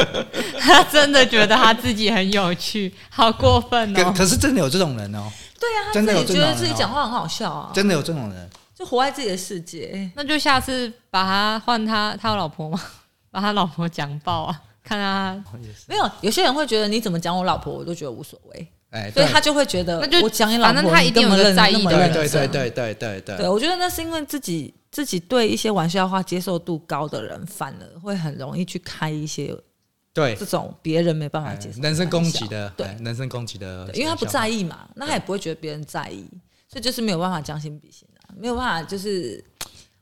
Speaker 2: <laughs> 他真的觉得他自己很有趣，好过分
Speaker 1: 可
Speaker 2: 哦！
Speaker 1: 可是真的有这种人哦，
Speaker 3: 对啊，他
Speaker 1: 真的有
Speaker 3: 自己觉得
Speaker 1: 这种人哦
Speaker 3: 自己讲话很好笑啊，
Speaker 1: 真的有这种人。
Speaker 3: 就活在自己的世界。
Speaker 2: 那就下次把他换他他有老婆吗？ <laughs> 把他老婆讲爆啊！看他，
Speaker 3: 没有，有些人会觉得你怎么讲我老婆，我都觉得无所谓，
Speaker 1: 哎，
Speaker 3: 所
Speaker 1: 对
Speaker 3: 以他就会觉得
Speaker 2: 那就
Speaker 3: 我讲你老婆，
Speaker 2: 反正他一定有一个
Speaker 3: 你干嘛
Speaker 2: 在
Speaker 3: 认
Speaker 2: 意
Speaker 3: 那
Speaker 2: 的
Speaker 1: 对
Speaker 3: 么
Speaker 2: 人
Speaker 3: 认
Speaker 1: 对
Speaker 3: 真啊
Speaker 1: 对对对对对
Speaker 3: 对，我觉得那是因为自己自己对一些玩笑话接受度高的人，反而会很容易去开一些
Speaker 1: 对
Speaker 3: 这种别人没办法
Speaker 1: 哎
Speaker 3: 接受的玩笑、
Speaker 1: 人身攻击的，
Speaker 3: 对
Speaker 1: 哎，人身攻击的
Speaker 3: 对，，因为他不在
Speaker 1: 意，
Speaker 3: 意嘛，那他也不会觉得别人在意，所以就是没有办法将心比心啊，没有办法就是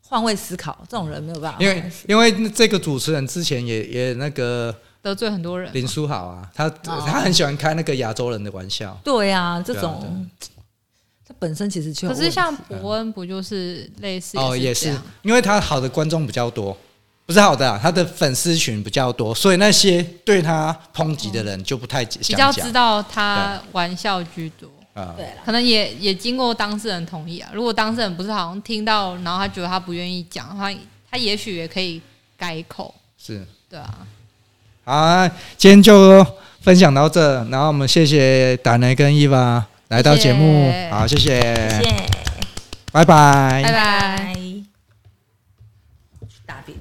Speaker 3: 换位思考，这种人没有办法
Speaker 1: 因
Speaker 3: 换位思考。
Speaker 1: 为因为这个主持人之前也也那个
Speaker 2: 得罪很多人，
Speaker 1: 林书豪啊，他
Speaker 2: 哦
Speaker 1: 他很喜欢开那个亚洲人的玩笑，
Speaker 3: 对啊，这
Speaker 1: 对啊
Speaker 3: 种、
Speaker 1: 对
Speaker 3: 他本身其实就有
Speaker 2: 可是
Speaker 3: 问题
Speaker 2: 像伯恩不嗯就是类似
Speaker 1: 哦，也
Speaker 2: 这
Speaker 1: 是
Speaker 2: 样，
Speaker 1: 因为他好的观众比较多，不是好的、啊，他的粉丝群比较多，所以那些对他抨击的人就不太
Speaker 2: 比
Speaker 1: 想
Speaker 2: 较
Speaker 1: 讲
Speaker 2: 知道他玩笑居多，
Speaker 1: 啊。
Speaker 3: 对啦，
Speaker 2: 可能也也经过当事人同意啊。如果当事人不是好像听到，然后他觉得他不愿意讲，他他也许也可以改口，
Speaker 1: 是
Speaker 2: 对啊。
Speaker 1: 好啊，今天就分享到这，然后我们谢谢达内跟伊娃来到节目，
Speaker 2: 谢谢
Speaker 1: 哎好，谢谢，
Speaker 3: 谢谢，
Speaker 1: 拜拜
Speaker 2: 拜拜。